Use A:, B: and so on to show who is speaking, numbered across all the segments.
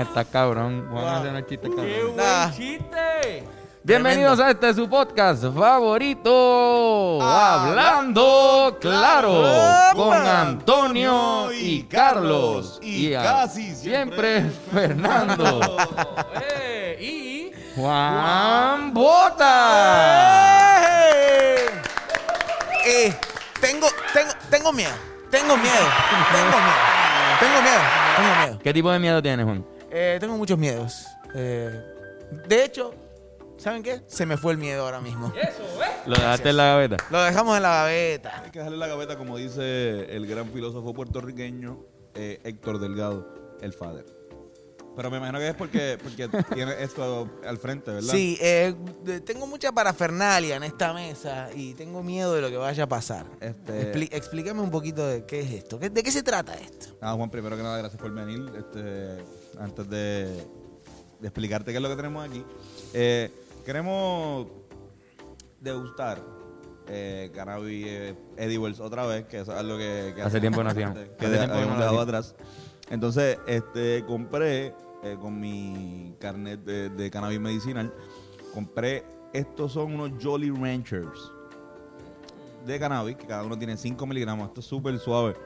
A: está cabrón. Juan hace unos chistes
B: ¡Qué
A: cabrones.
B: buen
C: Nah.
B: chiste!
A: Bienvenidos a este su podcast favorito, Hablando Claro,
C: Claro.
A: con Antonio y Carlos
C: Y
A: a-
C: casi
A: siempre
C: siempre
A: Fernando.
B: Eh, y...
A: Juan Bota.
C: Eh, tengo, tengo, tengo miedo. Tengo miedo. Tengo miedo. Tengo miedo. Tengo miedo.
A: ¿Qué tipo de miedo tienes, Juan?
C: Eh, tengo muchos miedos. Eh, de hecho, ¿saben qué? Se me fue el miedo ahora mismo.
B: Eso, ¿eh?
A: Lo dejaste en la gaveta.
C: Lo dejamos en la gaveta.
D: Hay que dejarle la gaveta, como dice el gran filósofo puertorriqueño eh, Héctor Delgado, el father. Pero me imagino que es porque, porque tiene esto al frente, ¿verdad?
C: Sí, eh, de- tengo mucha parafernalia en esta mesa y tengo miedo de lo que vaya a pasar.
D: Este-
C: Expli- explícame un poquito de qué es esto. ¿Qué- ¿De qué se trata esto?
D: Ah, Juan, primero que nada, gracias por venir. Este, antes de, de explicarte qué es lo que tenemos aquí, eh, queremos degustar eh, cannabis eh, edibles otra vez, que eso es algo que, que
A: Hace tiempo no hacíamos.
D: Que
A: Hace
D: de-
A: tiempo que no
D: habíamos
A: lo
D: dejado
A: hacíamos.
D: atrás. Entonces, este, compré eh, con mi carnet de, de cannabis medicinal, compré, estos son unos Jolly Ranchers de cannabis, que cada uno tiene 5 miligramos. Esto es súper suave.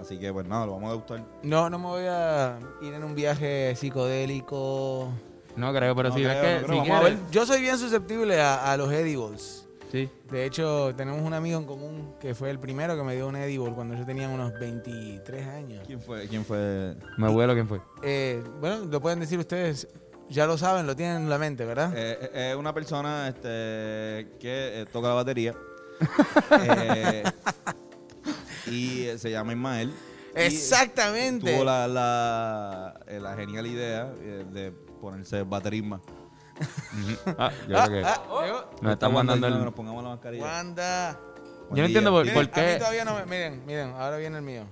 D: Así que, pues nada, lo vamos a degustar.
C: No, no me voy a ir en un viaje psicodélico.
A: No creo, pero
D: No
A: si
D: creo,
A: ves que.
D: no creo.
A: si
D: Vamos
C: A
D: a
A: quieres-
C: ver, yo soy bien susceptible a, a los edibles.
A: Sí.
C: De hecho, tenemos un amigo en común que fue el primero que me dio un edible cuando yo tenía unos 23 años.
D: ¿Quién fue? ¿Quién fue?
A: Mi abuelo, ¿quién fue?
C: Eh, bueno, lo pueden decir ustedes, ya lo saben, lo tienen en la mente, ¿verdad?
D: Eh, eh, eh, una persona este, que eh, toca la batería. Eh, y eh, se llama Ismael. Y
C: Exactamente.
D: Tuvo la, la, eh, la genial idea eh, de ponerse baterisma.
A: Ah, yo
C: Ah,
A: creo que.
C: ah, llegó.
A: Nos están mandando
D: diciendo
A: el.
D: que nos pongamos la mascarilla.
C: Wanda.
D: Buen
A: Yo no
D: día.
A: entiendo por,
C: Miren,
A: por
C: A mí
A: qué.
C: todavía no me. Miren, miren, ahora viene el mío.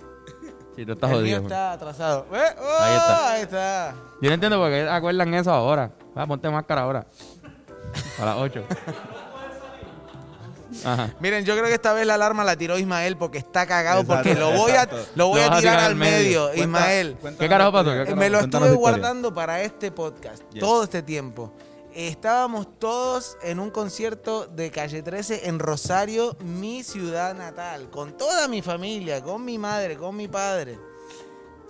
A: Sí, tú estás
C: el
A: jodido.
C: mío
A: Juan.
C: está atrasado. Eh, oh,
A: Ahí está.
C: ahí está.
A: Yo no entiendo por qué acuerdan eso ahora. Va, ponte máscara ahora. A las 8. Ajá.
C: Miren, yo creo que esta vez la alarma la tiró Ismael porque está cagado,
D: Exacto,
C: porque lo voy a,
D: exacto.
C: lo voy
A: Lo
C: a
A: vas a
C: tirar
A: tirar
C: al
A: al
C: medio,
A: medio.
D: Cuenta-
C: Ismael.
D: cuéntanos
A: ¿Qué carajo
D: la
A: pasó?
D: historia,
A: ¿Qué
C: Eh,
A: carajo?
C: Me lo estuve
D: Cuéntanos la historia.
C: guardando para este podcast
D: Yes.
C: todo este tiempo. Estábamos todos en un concierto de Calle 13 en Rosario, mi ciudad natal, con toda mi familia, con mi madre, con mi padre.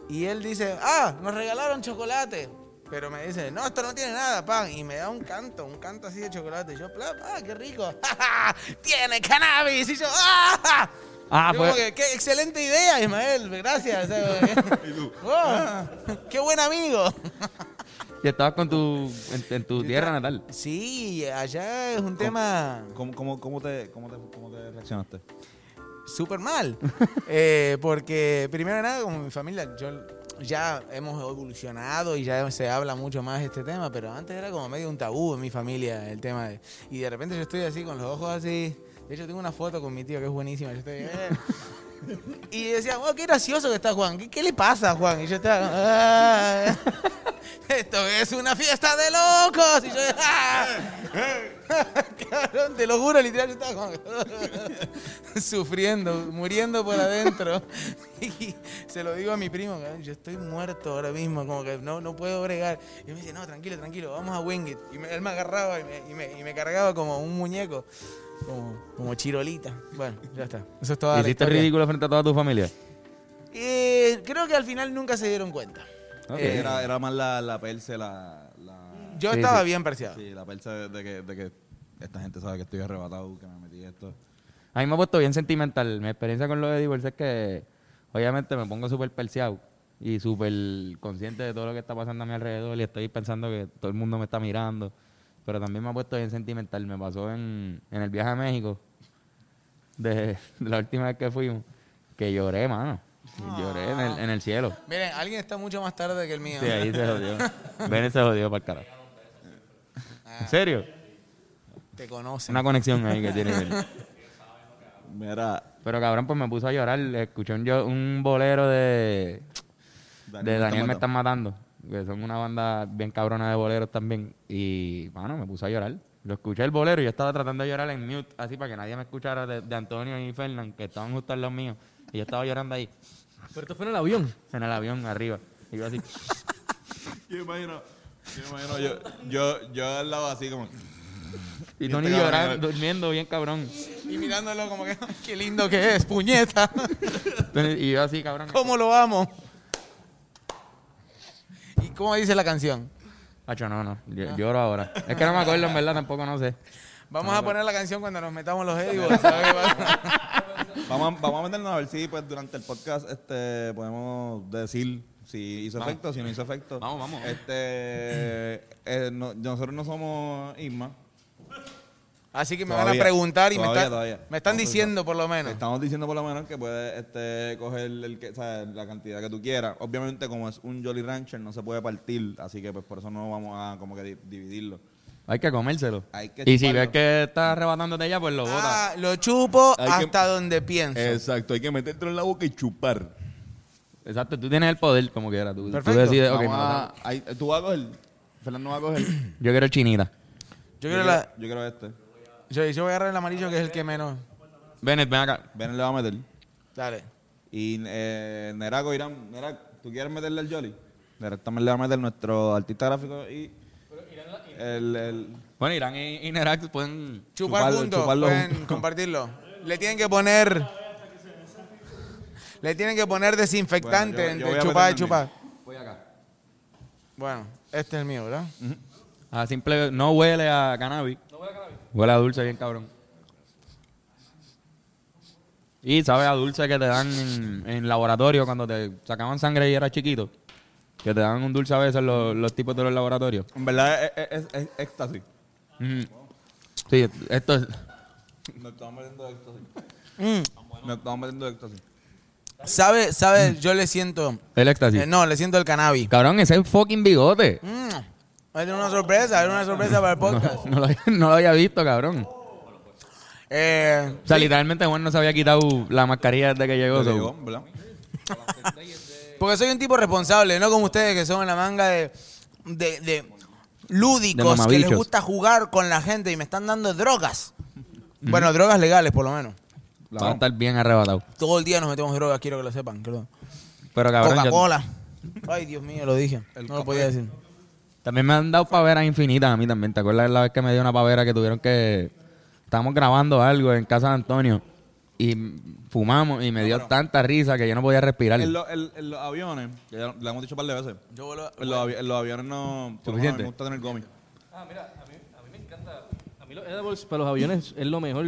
C: Y él dice, ah, nos regalaron chocolate. Pero me dice, no, esto no tiene nada, pan. Y me da un canto, un canto así de chocolate. Y yo, "Pla- ah, qué rico. ¡Ja, ja! tiene cannabis. Y yo, ah, ja".
A: Ah,
C: Yo
A: fue-
C: como que, qué excelente idea, Ismael. Gracias. O sea, como que- Wow, ¡Qué buen amigo!
A: Y estabas con tu, en, en tu tierra natal.
C: Sí, allá es un tema
D: ¿Cómo, cómo, cómo, te, cómo, te, ¿Cómo te reaccionaste?
C: súper mal. Eh, porque, primero que nada, como mi familia, yo ya hemos evolucionado y ya se habla mucho más este tema, pero antes era como medio un tabú en mi familia el tema. de- y de repente yo estoy así, con los ojos así. De hecho, tengo una foto con mi tío que es buenísima. Yo estoy. eh. Y decía, wow, qué gracioso que está Juan. ¿Qué, qué le pasa a Juan? Y yo estaba. "Ah, esto es una fiesta de locos. Y yo. "Ah". Cabrón, te lo juro, literal, yo estaba como. sufriendo, muriendo por adentro. Y se lo digo a mi primo, cabrón, yo estoy muerto ahora mismo, como que no, no puedo bregar. Y me dice, no, tranquilo, tranquilo, vamos a Wing It. Y me- él me agarraba y me, y me- y me cargaba como un muñeco. Como, como chirolita. Bueno, ya está. Eso es toda la
A: Hiciste
C: historia.
A: ridículo frente a toda tu familia.
C: Eh, creo que al final nunca se dieron cuenta.
D: Ok,
C: Eh,
D: era, era más la, la perse, la, la,
C: Yo
A: Sí,
C: estaba
A: sí.
C: bien parciado.
D: sí,
A: Ah.
D: la perse de, de que, de que esta gente sabe que estoy arrebatado, que me metí esto.
A: A mí me ha puesto bien sentimental. Mi experiencia con lo de divorcio es que, obviamente, me pongo súper perseado y súper consciente de todo lo que está pasando a mi alrededor y estoy pensando que todo el mundo me está mirando. Pero también me ha puesto bien sentimental. Me pasó en, en el viaje a México, de, de la última vez que fuimos, que lloré, mano. Lloré en el, en el cielo.
C: Miren, alguien está mucho más tarde que el mío.
A: Sí, ahí se jodió. Ven, se jodió para el carajo. ¿En serio?
C: Te conocen.
A: Una conexión ahí que tiene él.
D: Mira,
A: Pero cabrón, pues me puso a llorar. Escuché un, yo- un bolero de, de Daniel Me Están Matando. Que son una banda bien cabrona de boleros también. Y, bueno, me puse a llorar. Lo escuché el bolero y yo estaba tratando de llorar en mute, así para que nadie me escuchara de, de Antonio y Fernán, que estaban justo al lado mío. Y yo estaba llorando ahí,
B: Pero esto fue en el avión.
A: en el avión, arriba. Y yo así.
D: Yo imagino, yo imagino, yo, yo, yo al lado así como.
A: Y
D: este
A: Tony
D: cabrón
A: llorando,
D: era-
A: durmiendo bien cabrón.
C: Y mirándolo como que, qué lindo que es, puñeta.
A: Tony- y yo así, cabrón.
C: ¿Cómo lo amo? ¿Y cómo dice la canción?
A: Hacho, no, no. yo- Lloro ahora. Es que no me acuerdo, en verdad, tampoco no sé.
C: Vamos a poner la canción cuando nos metamos los Edibles. ¿sabes qué pasa?
D: Vamos, a- vamos a meternos a ver si pues, durante el podcast este, podemos decir si hizo efecto, si no hizo efecto.
A: Vamos, vamos.
D: Este, eh, no- nosotros no somos Isma.
C: Así que me van a
D: Todavía,
C: preguntar y me,
D: todavía,
C: está-
D: todavía.
C: me están
D: Vamos a
C: diciendo por lo menos.
D: Estamos diciendo por lo menos que puedes este, coger el que, o sea, la cantidad que tú quieras. Obviamente, como es un Jolly Rancher, no se puede partir, así que pues, por eso no vamos a como que di- dividirlo.
A: Hay que comérselo.
D: Hay que
A: y si
D: chuparlo.
A: ves que estás arrebatándote ella, pues lo botas.
C: Ah, lo chupo
D: Hay que-
C: hasta donde pienso.
D: Exacto, hay que metértelo en la boca y chupar.
A: Exacto, tú tienes el poder como quieras. Tú, tú
C: Perfecto.
A: decides, ok,
D: Vamos
A: no,
D: a- ahí- tú vas a coger. Fernando va a coger. yo,
A: no. yo quiero chinita.
C: Yo quiero la.
D: yo quiero este.
C: Yo, yo voy a agarrar el amarillo que es el que menos.
A: Bennett, ven acá.
D: Ven, le va a meter.
C: Dale.
D: Y eh, Neraco Irán, Nerac, ¿tú quieres meterle al Jolly? Nerac también le va a meter nuestro artista gráfico y el, el
A: Bueno, Irán y, y Nerax pueden...
C: Chupar
D: Chuparlo-
C: juntos,
D: chuparlo
C: pueden
D: juntos.
C: compartirlo. Le tienen que poner. Le tienen que poner desinfectante
D: Bueno, yo- yo voy
C: entre
D: a
C: chupar y
D: meterme en
C: chupar.
D: el
A: Voy acá. Mm.
C: Bueno, este es el mío, ¿verdad?
A: A simple... No huele a cannabis. No huele a cannabis. Huele a dulce bien cabrón. Y sabe a dulce que te dan en, en laboratorio cuando te sacaban sangre y eras chiquito. Que te dan un dulce a veces los, los tipos de los laboratorios.
D: En verdad es, es- es- es éxtasis.
A: Mm. Sí, esto es...
D: Nos estamos metiendo éxtasis.
A: Mm.
D: Nos estamos metiendo éxtasis.
C: ¿Sabe, sabe?
D: Mm.
C: Yo le siento.
A: El éxtasis.
C: eh, no, le siento el cannabis.
A: Cabrón, ese fucking bigote.
C: Mm. Hay una sorpresa, hay una sorpresa para el podcast.
A: No lo, había- no lo había visto, cabrón. O
C: Eh,
A: sea, literalmente Juan no se había quitado la mascarilla desde que llegó.
D: Te
A: so.
D: digo, ¿verdad?
C: porque soy un tipo responsable, no como ustedes que son en la manga de, de, de lúdicos que les
A: mamabichos.
C: gusta jugar con la gente y me están dando drogas. Bueno, drogas legales por lo menos.
D: La
A: Va a
D: vamos.
A: estar bien arrebatado.
C: Todo el día nos metemos drogas, quiero que lo sepan. que lo-
A: Pero cabrón, yo-
C: Coca-Cola. Ay, Dios mío, lo dije.
D: El
C: no lo
D: café.
C: podía decir.
A: también me han dado paveras infinitas a mí también. ¿Te acuerdas la vez que me dio una pavera que tuvieron que... Estábamos grabando algo en casa de Antonio y fumamos y me dio tanta risa que yo no podía respirar.
D: En, lo- en- en los aviones, que ya lo hemos dicho un par de veces,
C: Yo vuelvo
D: en los, avi- en los aviones no... por lo menos
A: Suficiente.
D: Me gusta tener gomi.
B: Ah, mira, a mí, a mí me encanta. A mí los edibles para los aviones es lo mejor.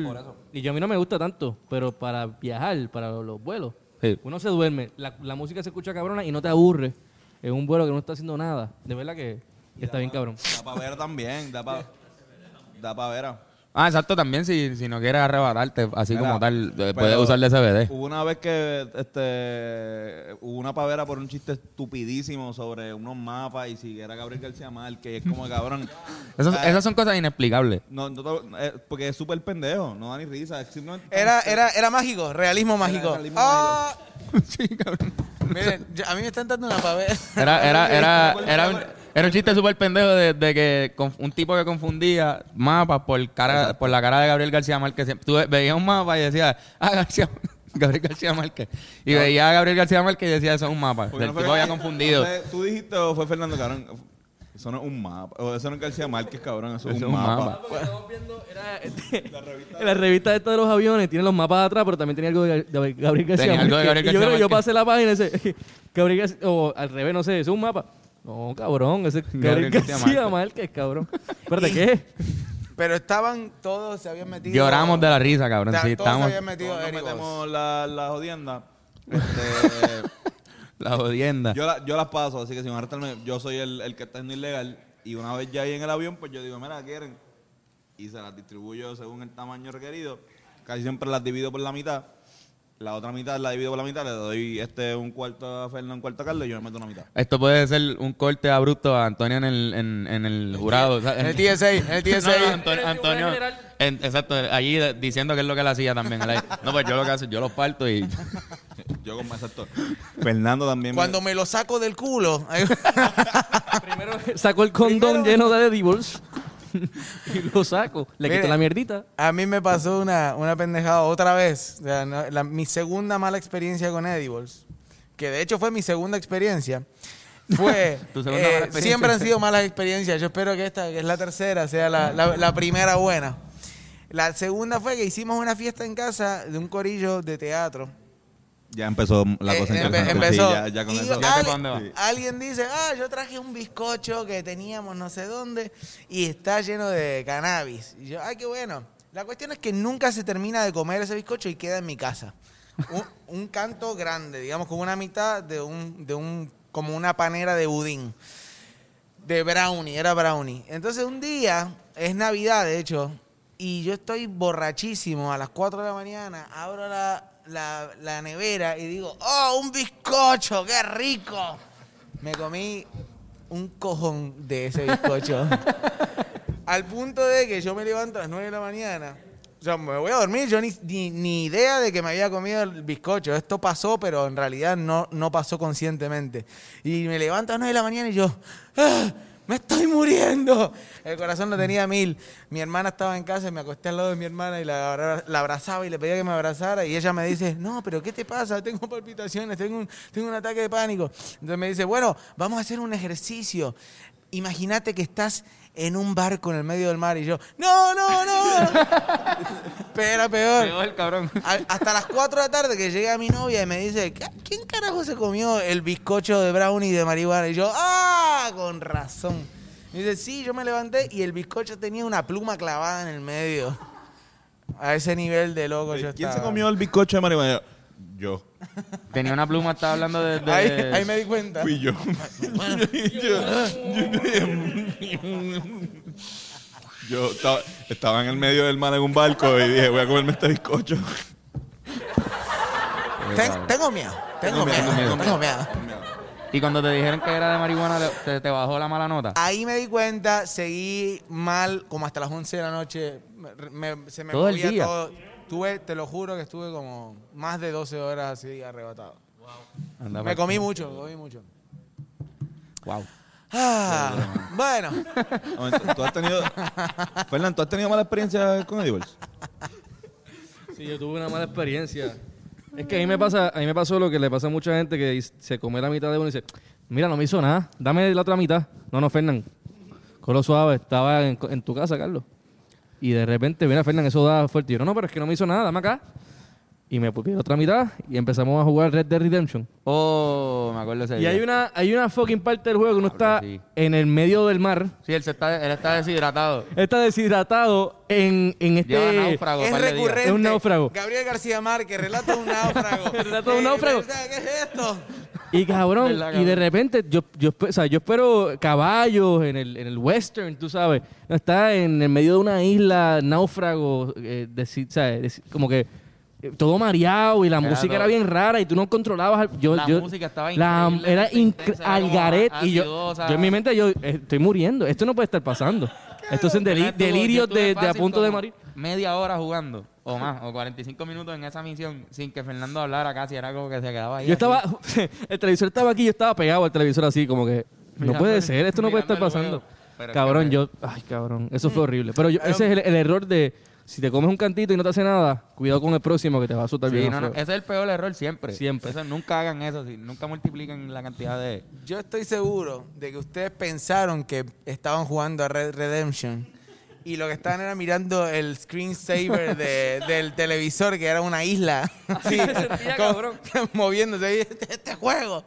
B: Y yo a mí no me gusta tanto, pero para viajar, para los vuelos,
A: Sí.
B: uno se duerme, la, la música se escucha cabrona y no te aburre. Es un vuelo que no está haciendo nada. De verdad que está bien cabrón.
D: Da pa' ver también, da pa... da pa' ver.
A: Ah, exacto, también si, si no quieres arrebatarte así
D: Mira,
A: como tal, eh,
D: pero
A: puedes usar de CBD.
D: Hubo una vez que este, hubo una pavera por un chiste estupidísimo sobre unos mapas y si era Gabriel García Márquez, y es como cabrón.
A: Esas,
D: Ah,
A: esas son cosas inexplicables.
D: no, no te- eh, porque es súper pendejo, no da ni risa. es simplemente-
C: Era, era, era mágico, realismo mágico.
D: realismo
C: Ah,
A: sí, cabrón.
C: miren, yo- a mí me están dando una pavera.
A: Era, era, era, era, un, era un chiste súper pendejo de, de que conf- un tipo que confundía mapas por cara por la cara de Gabriel García Márquez. Tú ve- veías un mapa y decías, ah, García, Gabriel García Márquez. Y veía a Gabriel García Márquez y decía, eso es un mapa.
D: Porque
A: El
D: no fue-
A: tipo había confundido.
D: no fue- Tú dijiste o fue Fernando cabrón. Eso no es un mapa. O eso no es García Márquez, cabrón. Eso es un, mapa.
B: Lo que estábamos viendo era, este, en la revista esta de los aviones tiene los mapas atrás, pero también tenía algo de, Ga- de Gabriel García.
A: Tenía algo de Gabriel
B: Márquez. y yo creo que
A: García Márquez.
B: yo pasé la página y ese, Gabriel García- o al revés, no sé, eso es un mapa. No, cabrón, ese es Gabriel,
A: Gabriel García
B: García,
A: Márquez.
B: Márquez, cabrón. Espérate, ¿qué?
C: Pero estaban todos, se habían metido.
A: Lloramos de la risa,
C: Ta-
A: cabrón.
C: Todos
A: Sí,
C: se
A: estamos
C: habían metido.
D: Todos nos
C: Eric Boss.
D: metemos la, la jodienda. Este,
A: la jodienda.
D: Yo, la- yo las paso, así que si me van a arrestarme, yo soy el, el que está en ilegal. Y una vez ya ahí en el avión, pues yo digo, mira, quieren. Y se las distribuyo según el tamaño requerido. Casi siempre las divido por la mitad. La otra mitad la divido por la mitad, le doy este un cuarto a Fernando, un cuarto a Carlos y yo me meto una mitad.
A: Esto puede ser un corte abrupto a Antonio en el, en, en el jurado. o sea,
C: En el TSA, en el TSA.
A: No, no, Antonio, Antonio- en- exacto, allí de- diciendo que es lo que él hacía también. él ahí, no, pues yo lo que hago, es yo los parto y
D: Yo como exacto. Fernando también. me-
C: Cuando me lo saco del culo.
B: Primero sacó el condón lleno de edibles y lo saco. Le
C: Mire.
B: quito la mierdita.
C: A mí me pasó una, una pendejada otra vez. O sea, no- la- mi segunda mala experiencia con Edibles, que de hecho fue mi segunda experiencia, fue. eh,
A: Tu segunda mala experiencia.
C: siempre han sido malas experiencias. Yo espero que esta, que es la tercera, sea la, la- la primera buena. La segunda fue que hicimos una fiesta en casa de un corillo de teatro.
D: Ya empezó la
C: Eh,
D: cosa
C: empe-
D: interesante.
C: empezó.
D: Sí, ya, ya con
C: Y
D: eso.
A: Ya sé
C: al-
A: pa' dónde va.
D: Sí.
C: Alguien dice, ah, yo traje un bizcocho que teníamos no sé dónde y está lleno de cannabis. Y yo, ay, qué bueno. La cuestión es que nunca se termina de comer ese bizcocho y queda en mi casa. Un, un canto grande, digamos, como una mitad de un, de un, como una panera de budín. De brownie, era brownie. Entonces un día, es Navidad de hecho, y yo estoy borrachísimo a las 4 de la mañana, abro la, la- la nevera y digo, ¡oh, un bizcocho! ¡Qué rico! Me comí un cojón de ese bizcocho. Al punto de que yo me levanto a las 9 de la mañana. O sea, me voy a dormir. Yo ni, ni, ni idea de que me había comido el bizcocho. Esto pasó, pero en realidad no, no pasó conscientemente. Y me levanto a las 9 de la mañana y yo. "Ah, ¡Me estoy muriendo! El corazón lo tenía a mil. Mi hermana estaba en casa y me acosté al lado de mi hermana y la, abra- la abrazaba y le pedía que me abrazara. Y ella me dice: No, pero ¿qué te pasa? Tengo palpitaciones, tengo un, tengo un ataque de pánico. Entonces me dice: Bueno, vamos a hacer un ejercicio. Imagínate que estás en un barco en el medio del mar y yo, no, no, no. Espera, peor.
A: Pegó el cabrón.
C: A- hasta las 4 de la tarde que llega mi novia y me dice, "¿Qué- ¿quién carajo se comió el bizcocho de brownie de marihuana? Y yo, ah, con razón. Me dice, sí, yo me levanté y el bizcocho tenía una pluma clavada en el medio. A ese nivel de loco yo
D: ¿Quién
C: estaba.
D: se comió el bizcocho de marihuana? Yo.
A: Tenía una pluma, estaba hablando de. de-
C: Ahí, ahí me di cuenta.
D: Fui yo. Yo estaba, estaba en el medio del mar en un barco y dije, voy a comerme este bizcocho.
C: Ten- tengo miedo, tengo miedo, tengo miedo.
A: Y cuando te dijeron que era de marihuana, le- te, te bajó la mala nota.
C: Ahí me di cuenta, seguí mal como hasta las 11 de la noche. Me- me- se me
A: Todo el
C: movía
A: día.
C: todo. Tuve, te lo juro que estuve como más de 12 horas así arrebatado.
A: Anda
C: me
A: pa'l-
C: comí mucho, comí mucho.
A: Wow.
C: Ah, bueno,
D: ¿Tú has tenido, Fernán, ¿tú has tenido mala experiencia con Edibles?
B: Sí, yo tuve una mala experiencia. Es que a mí me pasa, a mí me pasó lo que le pasa a mucha gente que dis- se come la mitad de uno y dice, mira, no me hizo nada, dame la otra mitad. No, no, Fernán. Colo suave, estaba en, co- en tu casa, Carlos. Y de repente viene Fernán, eso da fuerte. Y yo, no, no, pero es que no me hizo nada, dame acá. Y me puse la otra mitad y empezamos a jugar Red Dead Redemption.
A: Oh, me acuerdo ese
B: Y
A: día.
B: hay una, hay una fucking parte del juego que uno está
A: sí.
B: en el medio del mar.
A: Sí, él, se está, él está deshidratado.
B: Está deshidratado en, en
A: Lleva
B: este...
A: náufrago.
C: es
A: par de días.
C: recurrente.
B: Es un náufrago.
C: Gabriel García Márquez, relata un náufrago. Eh,
B: Relato de un náufrago.
C: ¿Qué es esto?
B: Y cabrón,
A: ¿Verdad,
B: y de
A: cabrón?
B: repente yo, yo, espe- o sea, yo espero caballos en el, en el western, tú sabes. No, Está en el medio de una isla, náufrago, eh, desi- o sea, desi- como que eh, todo mareado y la
A: Era
B: música era
A: todo.
B: bien rara y tú no controlabas. al- Yo,
A: La
B: yo-
A: música estaba
B: la-
A: increíble,
B: Era
A: intensa,
B: incre-
A: era
B: al
A: como ah,
B: garet y yo,
A: ácidosa.
B: yo en mi mente yo eh, estoy muriendo. Esto no puede estar pasando. Estos son deli-
A: Yo estuve-
B: delirios
A: yo estuve
B: de, de a
A: fácil
B: punto de
A: como
B: morir.
A: Media hora jugando, o más, o 45 minutos en esa misión, sin que Fernando hablara casi, era como que se quedaba ahí.
B: Yo
A: así.
B: estaba, el televisor estaba aquí, yo estaba pegado al televisor así, como que no
A: Mirando
B: puede
A: el-
B: ser, esto no puede estar
A: pues, mirando el
B: pasando.
A: huevo. Pero Mm. es
B: Cabrón,
A: que-
B: yo, ay, cabrón, eso fue horrible. Pero yo- ese es el, el error de, si te comes un cantito y no te hace nada, cuidado con el próximo que te va a azotar
A: Sí,
B: bien.
A: no, no,
B: feo.
A: ese es el peor error siempre.
B: Siempre.
A: Eso, nunca hagan eso, sí, nunca multipliquen la cantidad de...
C: Yo estoy seguro de que ustedes pensaron que estaban jugando a Red Redemption y lo que estaban era mirando el screensaver de- del televisor, que era una isla. Sí, como- moviéndose ahí, este, este juego.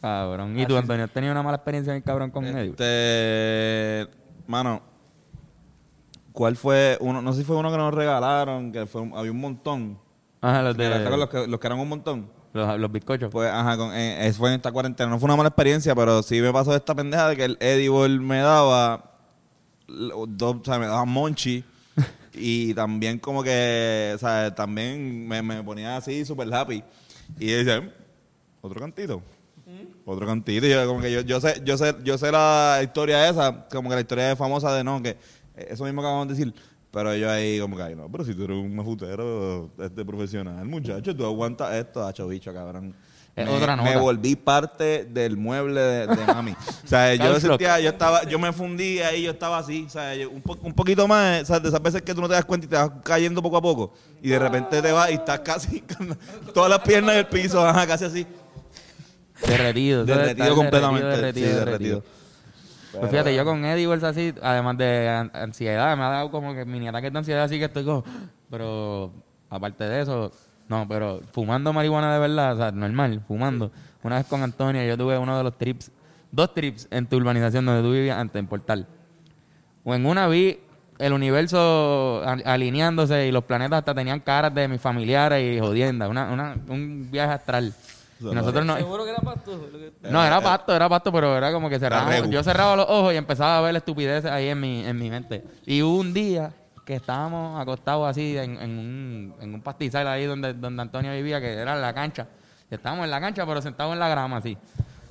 A: Cabrón. ¿Y tú, Antonio, has tenido una mala experiencia en el cabrón con Eddie?
D: Este, mano, ¿cuál fue uno? No sé si fue uno que nos regalaron, que fue, un- había un montón.
A: Ajá, los
D: ¿Te acuerdas con
A: de...
D: los que, los que eran un montón?
A: Los, los bizcochos.
D: Pues, ajá, con, eh, eso fue en esta cuarentena. No fue una mala experiencia, pero sí me pasó esta pendeja de que el Edible me daba lo- dos, o sea, me daba monchi y también como que, o sea, también me, me ponía así super happy. Y yo decía, "Mm, otro cantito. Otro cantito. Y yo como que yo, yo sé, yo sé, yo sé la historia esa, como que la historia famosa de no, que eh, eso mismo que acabamos de decir. Pero yo ahí como que, ay, no, pero si tú eres un mafutero este profesional, muchacho, tú aguantas esto, hacho bicho, cabrón.
A: Es
D: me,
A: otra nota.
D: me volví parte del mueble de, de mami. o sea, yo
A: Cash Rock.
D: sentía, yo estaba, yo me fundí ahí, yo estaba así, o sea, yo- un, po- un poquito más, o sea, de esas veces que tú no te das cuenta y te vas cayendo poco a poco. Y de repente te vas y estás casi, todas las piernas en el piso, ajá, casi así.
A: Derretido. Eso de
D: Derretido
A: estar
D: completamente,
A: Derretido,
D: sí,
A: derretido.
D: derretido.
A: Pues fíjate, yo con Eddie Wells así, además de an- ansiedad, me ha dado como que mini ataques de ansiedad, así que estoy como... Pero aparte de eso, no, pero fumando marihuana de verdad, o sea, normal, fumando. Una vez con Antonia yo tuve uno de los trips, dos trips en tu urbanización donde tú vivías antes en Portal. O en una vi el universo al- alineándose y los planetas hasta tenían caras de mis familiares y jodienda. Una, una- un viaje astral. Y nosotros no...
B: Seguro que era pasto.
A: No, era pasto, era pasto, pero era como que cerraba.
D: regu.
A: Yo cerraba los ojos y empezaba a ver la estupidez ahí en mi, en mi mente. Y hubo un día que estábamos acostados así en, en un, en un pastizal ahí donde, donde Antonio vivía, que era en la cancha. Y estábamos en la cancha, pero sentados en la grama así.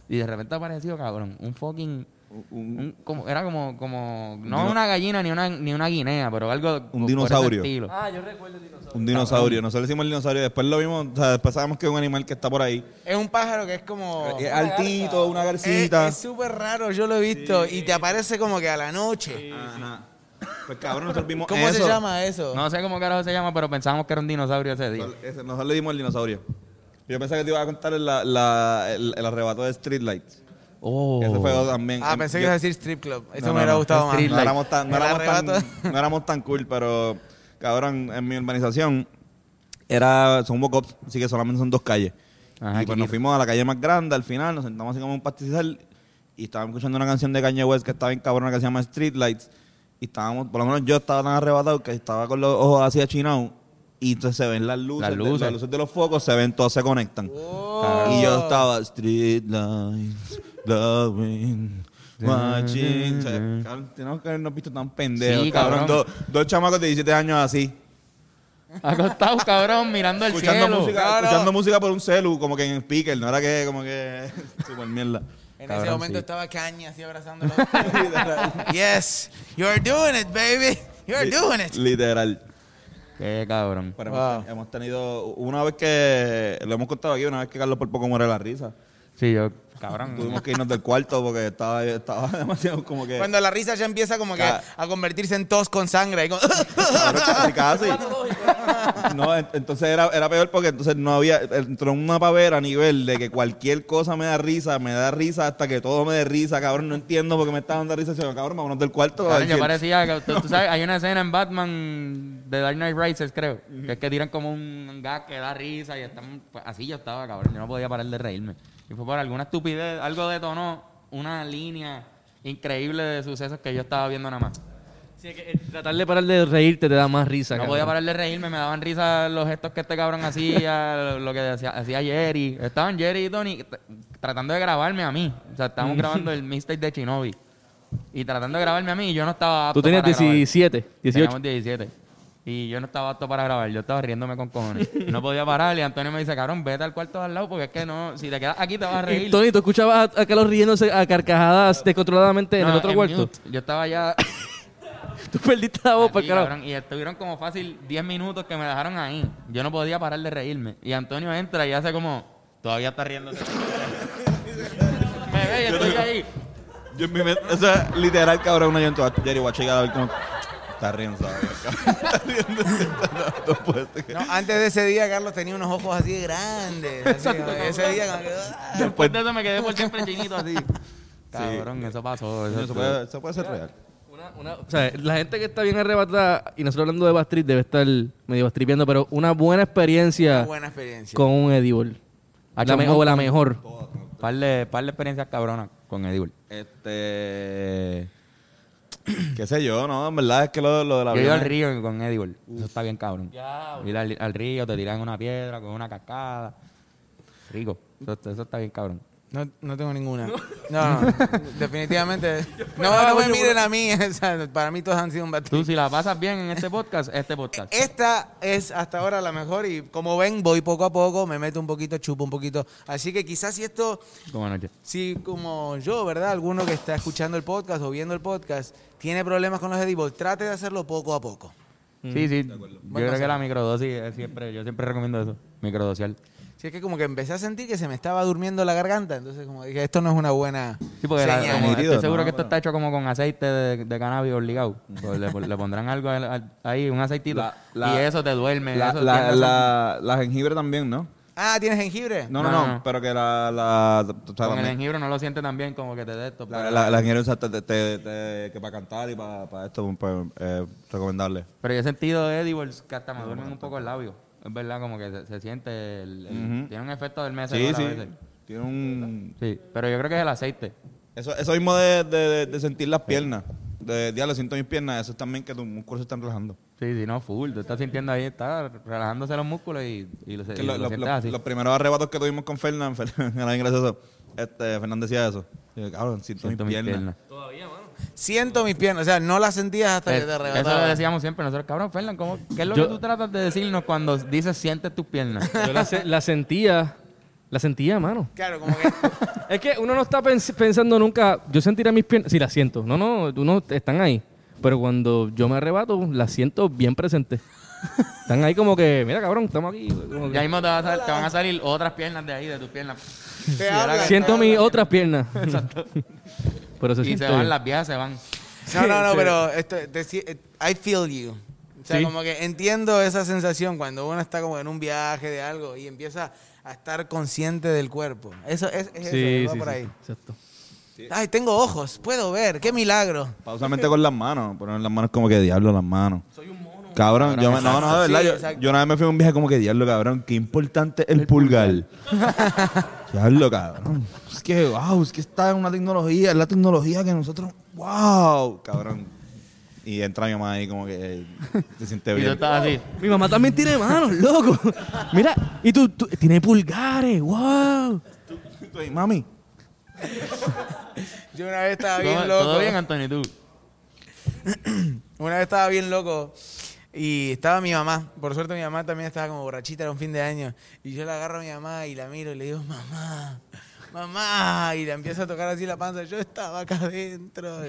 A: Y de repente apareció, cabrón, un fucking.
D: Un-
A: un- como, era como, como no
D: dino-
A: una gallina ni una, ni una guinea, pero algo. por- por ese
D: dinosaurio.
A: estilo.
B: Ah, yo recuerdo el dinosaurio.
D: Un dinosaurio. Nosotros le decimos el dinosaurio. Después lo vimos. O sea, después sabemos que es un animal que está por ahí.
C: Es un pájaro que es como...
D: es
C: Es-
D: altito, Eh,
C: Eh,
D: una garcita.
C: Es súper raro, yo lo he visto. Y te aparece como que a la noche.
D: Ajá. Pues cabrón, nosotros vimos
C: ¿Cómo se
D: eso.
C: llama eso?
A: No sé cómo carajo se llama, pero pensábamos que era un dinosaurio ese día.
D: Nosotros- ese- Nosotros le dimos el dinosaurio. Yo pensaba que te iba a contar la- la- el, el arrebato de Streetlights.
A: Oh.
D: Ese fue otro también.
C: Ah,
D: Em,
C: pensé
D: yo-
C: que ibas a decir strip club. Eso me
D: No, no,
C: hubiera
D: no.
C: gustado más.
A: Street
D: No
A: Light.
D: éramos, tan, no,
C: El
D: éramos tan-
C: arrebato.
D: no éramos tan cool, pero cabrón, en mi urbanización era, son walk-ups, así que solamente son dos calles.
A: Ajá,
D: y pues nos
A: chiquito.
D: fuimos a la calle más grande, al final nos sentamos así como en un pastizal y estábamos escuchando una canción de Kanye West que estaba bien cabrona que se llama Streetlights. Y estábamos, por lo menos yo estaba tan arrebatado que estaba con los ojos así achinados y entonces se ven las luces,
A: Las
D: de-
A: luces.
D: las luces de los focos, se ven, todos se conectan.
C: Oh.
D: Y yo estaba Streetlights, loving, watching. O sea, cabrón, Tenemos que habernos visto tan pendejos.
A: Sí,
D: cabrón,
A: cabrón.
D: Dos, dos chamacos de 17 años así.
A: Acostados, cabrón, mirando el
D: Escuchando
A: cielo.
D: música,
C: Claro.
D: escuchando música por un celu, como que en speaker, no era que como que super mierda.
C: En
A: Cabrón,
C: ese momento
A: sí.
C: estaba Kanye así abrazándolo. yes, you're doing it, baby. You're
D: Li-
C: doing it.
D: Literal.
A: Qué cabrón.
D: Pero
C: Wow.
D: hemos, hemos tenido, una vez que, lo hemos contado aquí, una vez que Carlos por poco muere de la risa.
A: Sí, yo, cabrón.
D: Tuvimos que irnos del cuarto porque estaba, estaba demasiado como que...
C: Cuando la risa ya empieza como que
D: Ca-
C: a convertirse en tos con sangre. y como-
D: Cabrón, casi, casi. No, en- entonces era, era peor porque entonces no había, entró una pavera a nivel de que cualquier cosa me da risa, me da risa hasta que todo me dé risa, cabrón, no entiendo por qué me está dando risa, sino, cabrón, vámonos del cuarto.
A: Cabrón,
D: decir,
A: yo parecía que tú, tú sabes, hay una escena en Batman de Dark Knight Rises, creo, que es que tiran como un gas que da risa y están pues, así yo estaba, cabrón, yo no podía parar de reírme. Y fue por alguna estupidez, algo detonó una línea increíble de sucesos que yo estaba viendo nada más.
B: Sí, que el tratar de parar de reírte te da más risa.
A: No
B: cabrón.
A: podía parar de reírme, me daban risa los gestos que este cabrón hacía, lo que hacía, hacía Jerry. Estaban Jerry y Tony t- tratando de grabarme a mí. O sea, estábamos grabando el mixtape de Chinobi. Y tratando de grabarme a mí, yo no estaba apto
B: Tú tenías
A: para grabar.
B: 17, 18.
A: Teníamos 17. Y yo no estaba apto para grabar, yo estaba riéndome con cojones. No podía parar y Antonio me dice, cabrón, vete al cuarto de al lado porque es que no, si te quedas aquí te vas a reír.
B: Y Tony, ¿tú escuchabas a, a Carlos riéndose a carcajadas descontroladamente en
A: No,
B: el otro cuarto?
A: mute. Yo estaba ya...
B: Tú perdiste la voz,
A: Aquí,
B: para carajo.
A: cabrón, y estuvieron como fácil 10 minutos que me dejaron ahí. Yo no podía parar de reírme. Y Antonio entra y hace como, todavía está riéndose. me ve y estoy ahí.
D: Yo en mi mente, o sea, literal, cabrón, una yo en toda, Jerry, voy a checar a ver cómo... Está riendo, ¿sabes? Está riendo. No, no puede ser que-
C: No, antes de ese día, Carlos tenía unos ojos así grandes. así, ese día como que, "Ah".
D: pues,
A: Después de eso me quedé por siempre chinito así. Cabrón, eso pasó. Eso,
D: Eso puede, eso puede ser real.
B: Una- una- o sea, la gente que está bien arrebatada, y nosotros hablando de Bastrip, debe estar medio bastripeando, pero una buena experiencia
C: ah, Buena experiencia.
B: con un Edible.
A: Ha hecho
B: La me-
A: un
B: o la
A: montón.
B: mejor.
A: Par de, par de experiencias cabronas con Edul.
D: Este... Qué sé yo, no, en verdad es que lo, lo de la
A: Yo he ido al
D: vida-
A: río con Edward. Eso está bien cabrón. Ir al, al río, te tiran una piedra con una cascada. Rico. Eso, eso está bien cabrón.
C: No, no tengo ninguna. No, no, definitivamente. No, no me miren a mí. o sea, para mí todos han sido un batido.
A: Tú, si la pasas bien en este podcast, este podcast.
C: Esta es hasta ahora la mejor y como ven voy poco a poco, me meto un poquito, chupo un poquito. Así que quizás si esto,
A: Como anoche.
C: si como yo, ¿verdad? Alguno que está escuchando el podcast o viendo el podcast tiene problemas con los edibles, trate de hacerlo poco a poco.
A: Sí, sí. Yo creo que la microdosis es siempre, yo siempre recomiendo eso. Microdosial.
C: Si es que como que empecé a sentir que se me estaba durmiendo la garganta, entonces como dije, esto no es una buena
A: Sí, porque la-
C: señal.
A: como-
D: Nítido,
A: estoy seguro
D: no,
A: que esto
D: pero-
A: está hecho como con aceite de, de cannabis obligado. Pues le, le pondrán algo al- al- ahí, un aceitito.
D: La- la-
A: y eso te duerme.
D: La,
A: eso
D: la-
A: tiende a ser-
D: la- la jengibre también, ¿no?
C: Ah, ¿tienes jengibre?
D: No, no,
A: No,
D: no,
A: no.
D: pero que la. la o sea,
A: Con el
D: la-
A: jengibre pues, no lo siente tan bien como que te dé esto.
D: la,
A: pero-
D: la, la ingeniero, o sea, te- te- te- te- que para cantar y para, para esto, para, eh, recomendarle.
A: Pero yo he sentido de Edibles que hasta me duermen un poco el labio. Es verdad, como que se, se siente. el- el-
D: Ujú.
A: Tiene un efecto del mes.
D: Sí, sí. Tiene un.
A: Sí, pero yo creo que es el aceite.
D: Eso, eso mismo de, de- de- de sentir las piernas. De diablo, siento mis piernas. Eso es también que tus músculos se están relajando.
A: Sí, sí, no, full. Tú estás sintiendo ahí, está relajándose los músculos y, y lo, se-
D: Que
A: y
D: lo-
A: lo
D: lo-
A: sientes
D: lo-
A: así.
D: Los primeros arrebatos que tuvimos con Fernán, Fernán era bien gracioso. Este, Fernán decía eso. Y yo, cabrón, siento,
A: Siento
D: mis
A: mis
D: piernas.
A: piernas.
C: Siento mis piernas. O sea, no las sentías hasta que te
A: Eh, Eso lo
C: arrebataban.
A: decíamos siempre nosotros, cabrón, Fernan, ¿cómo, ¿qué es lo
B: Yo-
A: que tú tratas de decirnos cuando dices sientes tus piernas?
B: Yo la, se- la sentía, la sentía, mano.
C: Claro, como que...
B: Es que uno no está pens- pensando nunca, yo sentiré mis piernas, sí, las siento. No, no, uno están ahí. Pero cuando yo me arrebato, las siento bien presentes. Están ahí como que, mira cabrón, estamos aquí. como que-
A: ya mismo te, vas a sal- te van a salir otras piernas de ahí, de tus piernas.
C: Te hablan,
B: siento
C: te
B: mis
C: hablan.
B: otras piernas. Pero se
A: Y
B: siente
A: se
B: bien.
A: van, las viejas se van.
C: No, no, no,
B: Sí.
C: pero esto, te si- I feel you. O sea,
B: Sí.
C: como que entiendo esa sensación cuando uno está como en un viaje de algo y empieza a estar consciente del cuerpo. Eso es, es
B: Sí,
C: eso, va
B: sí,
C: por
B: sí,
C: ahí.
B: exacto.
C: Ay, tengo ojos, puedo ver, qué milagro.
D: Pausamente con las manos, pero en las manos como que diablo las manos. Soy un mono. Cabrón, yo me- no, no, de
C: Sí,
D: verdad. yo,
C: exacto.
D: yo una vez me fui a un viaje como que diablo, cabrón, qué importante el, pulgar. diablo, cabrón. Es que, wow, es que está en una tecnología, es la tecnología que nosotros, wow, cabrón. Y entra mi mamá ahí como que eh, se siente
A: Y tú
D: bien.
A: estás así.
B: Mi mamá también tiene manos, loco. Mira, y tú, tú- tiene pulgares, wow.
D: Ey, Mami,
C: Yo una vez estaba
A: ¿Todo,
C: bien loco.
A: todo bien, Antonio, ¿y tú?
C: Una vez estaba bien loco y estaba mi mamá. Por suerte mi mamá también estaba como borrachita, era un fin de año. Y yo la agarro a mi mamá y la miro y le digo, mamá, mamá. Y la empiezo a tocar así la panza. Yo estaba acá adentro.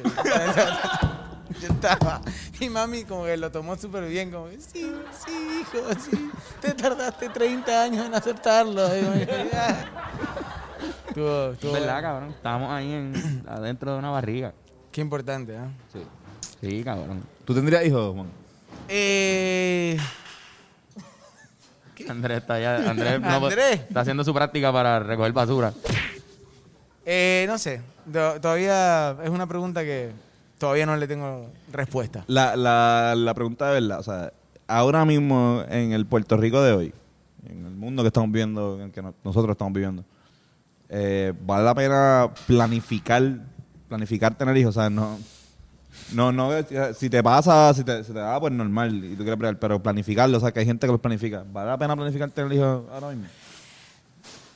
C: Yo estaba. Y mami como que lo tomó súper bien, como que, sí, sí, hijo, sí. Te tardaste 30 años en aceptarlo. Y como que, "Ah". Estuvo- estuvo
A: ¿Verdad,
C: bueno.
A: cabrón? Estábamos ahí en- adentro de una barriga.
C: Qué importante, ¿eh?
A: Sí. Sí, cabrón.
D: ¿tú tendrías hijos, Juan?
C: Eh,
A: Andrés está allá. Andrés, no po-
C: Andrés.
A: está haciendo su práctica para recoger basura.
C: Eh, no sé. Do- todavía es una pregunta que todavía no le tengo respuesta.
D: La, la, la pregunta de verdad, o sea, ahora mismo en el Puerto Rico de hoy, en el mundo que estamos viviendo, en el que no- nosotros estamos viviendo, eh, ¿vale la pena planificar, planificar tener hijos? O sea, no, no, no, eh, si te pasa, si te, se te da, pues normal, y tú quieres pelear, pero planificarlo, o sea, que hay gente que los planifica. ¿Vale la pena planificar tener hijos ahora mismo?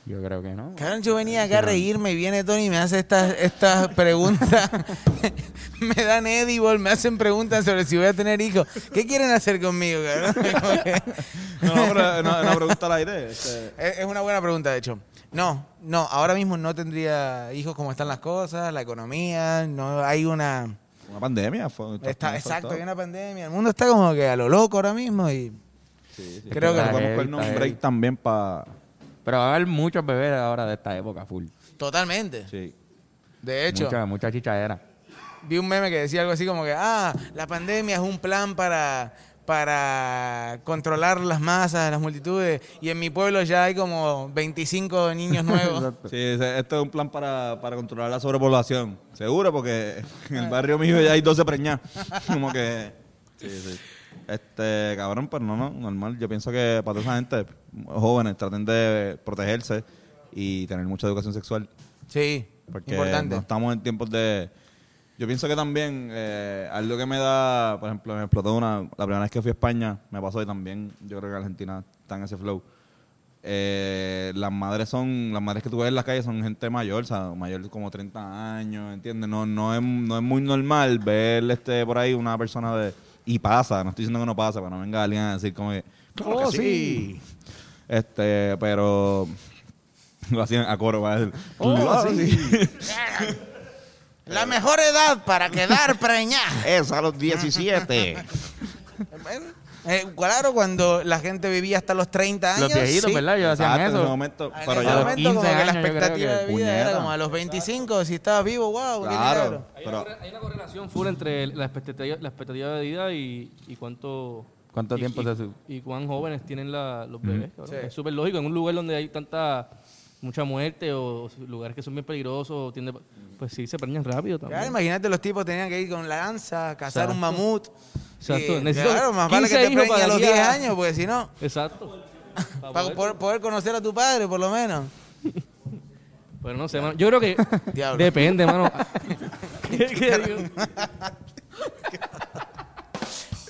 A: Yo creo que no.
C: Cabrón, yo venía acá a reírme y viene Tony y me hace estas, estas preguntas. me dan edible, me hacen preguntas sobre si voy a tener hijos. ¿Qué quieren hacer conmigo, cabrón? Como que-
D: No, no, pero es una, es una pregunta al aire. este.
C: es es una buena pregunta, de hecho. No, no, ahora mismo no tendría hijos como están las cosas, la economía, no hay una...
D: una pandemia. Fue,
C: Está,
D: fue-
C: exacto,
D: fue-
C: hay una pandemia. El mundo está como que a lo loco ahora mismo y...
D: Sí, sí.
C: creo que-
D: Podemos
A: Está
D: ponernos
A: heavy,
D: un
A: está
D: break
A: heavy.
D: también para...
A: Pero va a haber muchos bebés ahora de esta época, full.
C: Totalmente.
D: Sí.
C: De hecho.
A: Mucha, mucha chichadera.
C: vi un meme que decía algo así como que, ah, la pandemia es un plan para, para controlar las masas, las multitudes, y en mi pueblo ya hay como 25 niños nuevos.
D: Sí, ese- esto es un plan para, para controlar la sobrepoblación. Seguro, porque en el barrio mío ya hay 12 preñadas. Como que. Sí, sí. Este, cabrón, pero no, no, normal. Yo pienso que para toda esa gente, jóvenes, traten de protegerse y tener mucha educación sexual.
C: sí,
D: Porque
C: importante.
D: no estamos en tiempos de. Yo pienso que también eh, algo que me da, por ejemplo, me explotó una. La primera vez que fui a España, me pasó y también yo creo que Argentina está en ese flow. Eh, las madres son, las madres que tú ves en la calle son gente mayor, o sea, mayor de como 30 años, ¿entiendes? No, no, es, no es muy normal ver este por ahí una persona de. Y pasa, no estoy diciendo que no pasa, pero no venga alguien a decir como que. ¡Claro que Oh, sí! Este, pero. Lo hacían a coro, va a decir. "Claro, Oh, sí".
C: La mejor edad para quedar preñada.
D: Es a los 17.
C: Bueno, eh, claro, cuando la gente vivía hasta los 30 años.
A: Los viejitos,
C: sí.
A: ¿verdad? Ellos hacían
D: Exacto, en ese
A: eso.
D: momento,
C: Ah, En
D: pero
C: ese
A: ya-
D: yo-
A: los
C: momento
A: 15
C: como que la
A: años, yo creo
C: expectativa
A: que,
C: de vida era
D: puñeta.
C: como a los 25, si estabas vivo, wow, qué
D: Claro,
C: milagro.
B: Hay,
D: pero
B: una, corre- hay una correlación full entre la expectativa, la expectativa de vida y, y cuánto,
A: ¿Cuánto
B: Y-
A: tiempo
B: y,
A: se su-
B: y cuán jóvenes tienen la- los bebés. cabrón.
C: Sí.
B: Es súper lógico. En un lugar donde hay tanta mucha muerte o lugares que son bien peligrosos, tiende- pues sí, se preñan rápido también.
C: Claro, imagínate, los tipos tenían que ir con la lanza, cazar
B: Exacto.
C: un mamut.
B: Exacto,
C: Y,
B: necesito
C: claro, más vale que
B: 15
C: te
B: hijos
C: preñes a
B: para
C: los
B: aquí a-
C: 10 años, porque si no,
B: Exacto. Pa'
C: para
B: poder-
C: poder, poder conocer a tu padre, por lo menos.
B: Pero no sé, mano. Yo creo que
C: Diablo.
B: depende, mano. ¿Qué- qué digo?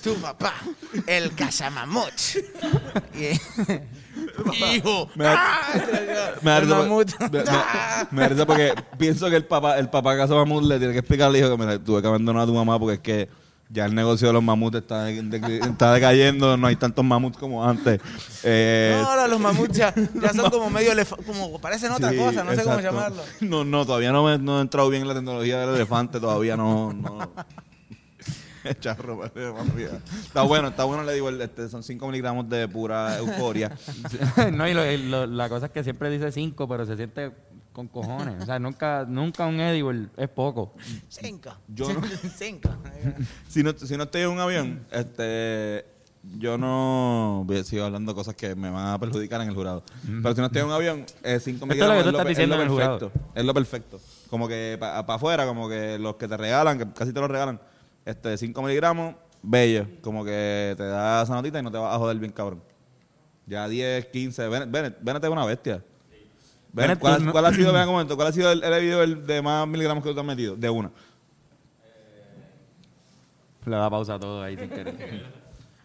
C: Tu papá, el cazamamut. Y- Hijo.
D: Me da-
C: ¡Ah!
D: Me da
C: el
D: risa
C: mamut.
D: porque- me- me- me da risa porque pienso que el papá, el papá que hace mamut le tiene que explicar al hijo que mira, tuve que abandonar a tu mamá porque es que ya el negocio de los mamuts está, de- de- está decayendo, no hay tantos mamuts como antes. Eh,
C: No, ahora los mamuts ya, ya son como medio elef- como parecen otra
D: sí,
C: cosa, no sé cómo
D: exacto.
C: llamarlo.
D: No, no, todavía no, me- no he entrado bien en la tecnología del elefante, todavía no. no. Charro, madre mía. Está bueno, está bueno, le digo, el- este, son 5 miligramos de pura euforia.
A: no, y lo- y lo- la cosa es que siempre dice cinco, pero se siente con cojones. O sea, nunca, nunca un edible es poco.
C: Cinco.
D: Yo no-
C: Cinco.
D: Si no, si no estoy en un avión, este, yo no voy a seguir hablando cosas que me van a perjudicar en el jurado. Pero si no estoy en un avión, eh, cinco
A: Esto es lo
D: miligramos
A: que tú estás diciendo en el jurado.
D: perfecto. Es lo perfecto. Como que para afuera, como que los que te regalan, que casi te los regalan, este, 5 miligramos, bello. Como que te da esa notita y no te vas a joder bien, cabrón. Ya 10, 15, Bennett, Bennett, Bennett es una bestia. Bennett,
A: Bennett,
D: ¿cuál,
A: tú
D: ha-
A: no-
D: cuál ha sido, venga, un momento, cuál ha sido el, el video el de más miligramos que tú te has metido? De una.
A: Le da pausa a todo ahí sin querer.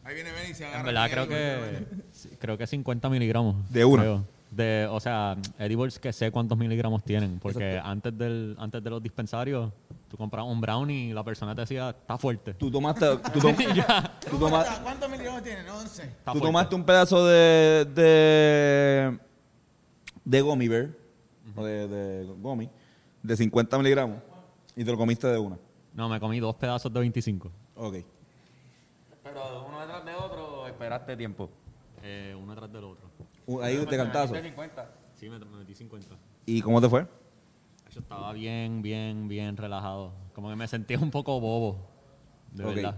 C: Ahí viene Ben y se agarra.
E: En verdad creo que sí, creo que 50 miligramos.
D: De una.
E: creo. De, o sea, edibles que sé cuántos miligramos tienen, porque antes del antes de los dispensarios, tú comprabas un brownie y la persona te decía, está fuerte.
D: Tú tomaste, tú tom- tú tomaste,
C: ¿Cuántos miligramos tienen? 11.
E: está
D: Tú
E: fuerte".
D: tomaste un pedazo de. de. de gummy bear. o de, de gummy. de 50 miligramos. y te lo comiste de una.
E: No, me comí dos pedazos de 25.
D: Ok.
A: Pero uno detrás de otro, esperaste tiempo.
E: Eh, uno tras del otro.
D: U- Uh, Ahí te cantazo.
E: Sí, me, me metí 50.
D: ¿Y cómo te fue?
E: Yo estaba bien, bien, bien relajado. Como que me sentía un poco bobo. De
D: Ok.
E: verdad.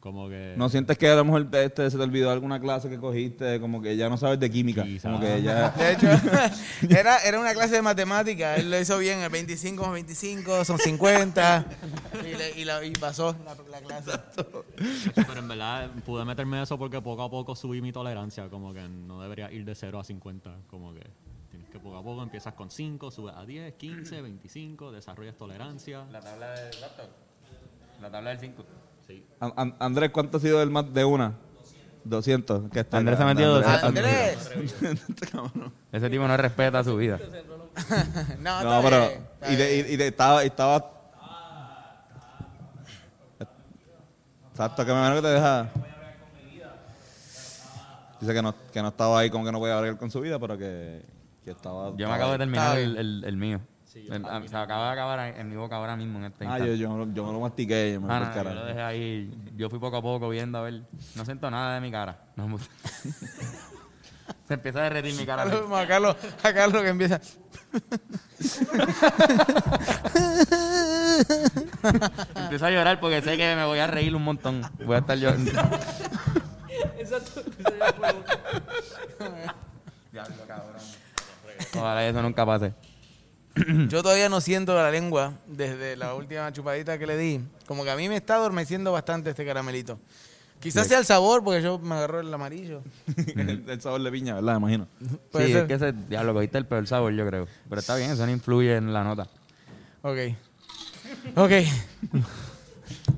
E: Como que.
D: ¿No sientes que a lo mejor este, se te olvidó alguna clase que cogiste? Como que ya no sabes de química.
E: Quizá.
D: Como que ya.
C: De hecho, era, era una clase de matemática. Él lo hizo bien. El 25 más 25 son 50. Y, le- y la- y pasó la, la clase.
E: Pero en verdad pude meterme eso porque poco a poco subí mi tolerancia, como que no debería ir de 0 a 50, como que tienes que poco a poco empiezas con 5, subes a 10, 15, 25, desarrollas tolerancia.
A: La tabla de laptop. La tabla del 5.
E: Sí.
D: An- an- Andrés, ¿cuánto ha sido el más de una? 200. Que está
A: Andrés se ha
D: grande,
A: metido
D: Andrés.
C: Andrés.
A: Ese tipo no respeta su vida.
C: No,
D: No,
C: está
D: pero.
C: bien, está
D: Y de, y
C: bien.
D: de, estaba. estaba... Exacto, que me imagino que te deja. Dice que no, que no estaba ahí, como que no podía hablar con su vida, pero que, que estaba.
A: Yo
D: estaba
A: me acabo de
D: ahí.
A: terminar
C: Está
A: el, el- el mío. El- a- se acaba de acabar en en mi boca ahora mismo en este
D: Ah,
A: instante.
D: yo, yo, me lo- yo me lo mastiqué, yo me
A: Ah,
D: fui
A: no,
D: al
A: yo
D: carajo.
A: lo dejé ahí. Yo fui poco a poco viendo a ver. No siento nada de mi cara. No me gusta. Se empieza a derretir mi cara.
C: Ahora vemos A Carlos, a Carlos que empieza.
D: Ah.
A: Empiezo a llorar porque sé que me voy a reír un montón. Voy a estar llorando. Diablo, cabrón. Ojalá eso nunca pase.
C: Yo todavía no siento la lengua desde la última chupadita que le di. Como que a mí me está adormeciendo bastante este caramelito. Quizás sea el sabor, porque yo me agarró el amarillo.
D: el, el sabor de piña, ¿verdad? Me imagino.
C: Puede
A: sí,
C: ser.
A: es que ese diablo cogiste el peor sabor, yo creo. Pero está bien, eso no influye en la nota.
C: Ok. Ok.
A: Bueno,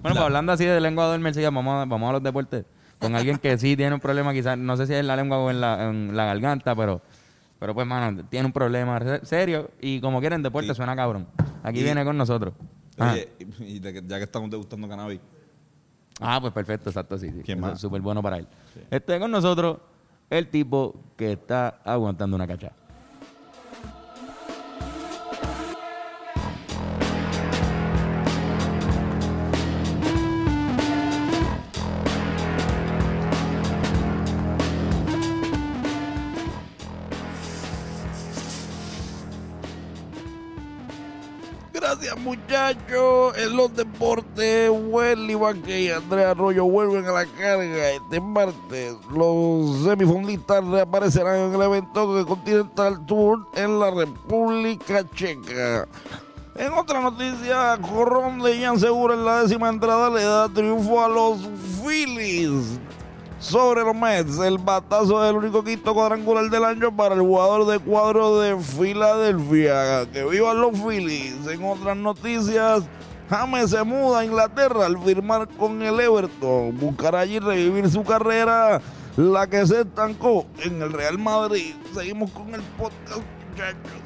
A: pues hablando así de lengua adormecida, vamos a, vamos a los deportes. Con alguien que sí tiene un problema, quizás, no sé si es en la lengua o en la, en la garganta, pero, pero pues, mano, tiene un problema re- serio y como quieren deporte
D: Sí.
A: suena cabrón. Aquí
D: Y-
A: viene con nosotros. Ah. Ajá.
D: Oye, y, y de que- ya que estamos degustando cannabis,
A: Ah, pues perfecto, exacto, sí. sí.
D: ¿Quién
A: Eso
D: más?
A: es Súper bueno para él. Esté con nosotros el tipo que está aguantando una cacha.
F: Gracias muchachos. En los deportes, Welly Vázquez y Andrea Arroyo vuelven a la carga este martes. Los semifundistas reaparecerán en el evento de Continental Tour en la República Checa. En otra noticia, Corrón de Ian Segura en la décima entrada le da triunfo a los Phillies sobre los Mets. El batazo del único quinto cuadrangular del año para el jugador de cuadro de Filadelfia. Que vivan los Phillies. En otras noticias, James se muda a Inglaterra al firmar con el Everton. Buscará allí revivir su carrera, la que se estancó en el Real Madrid. Seguimos con el podcast, muchachos.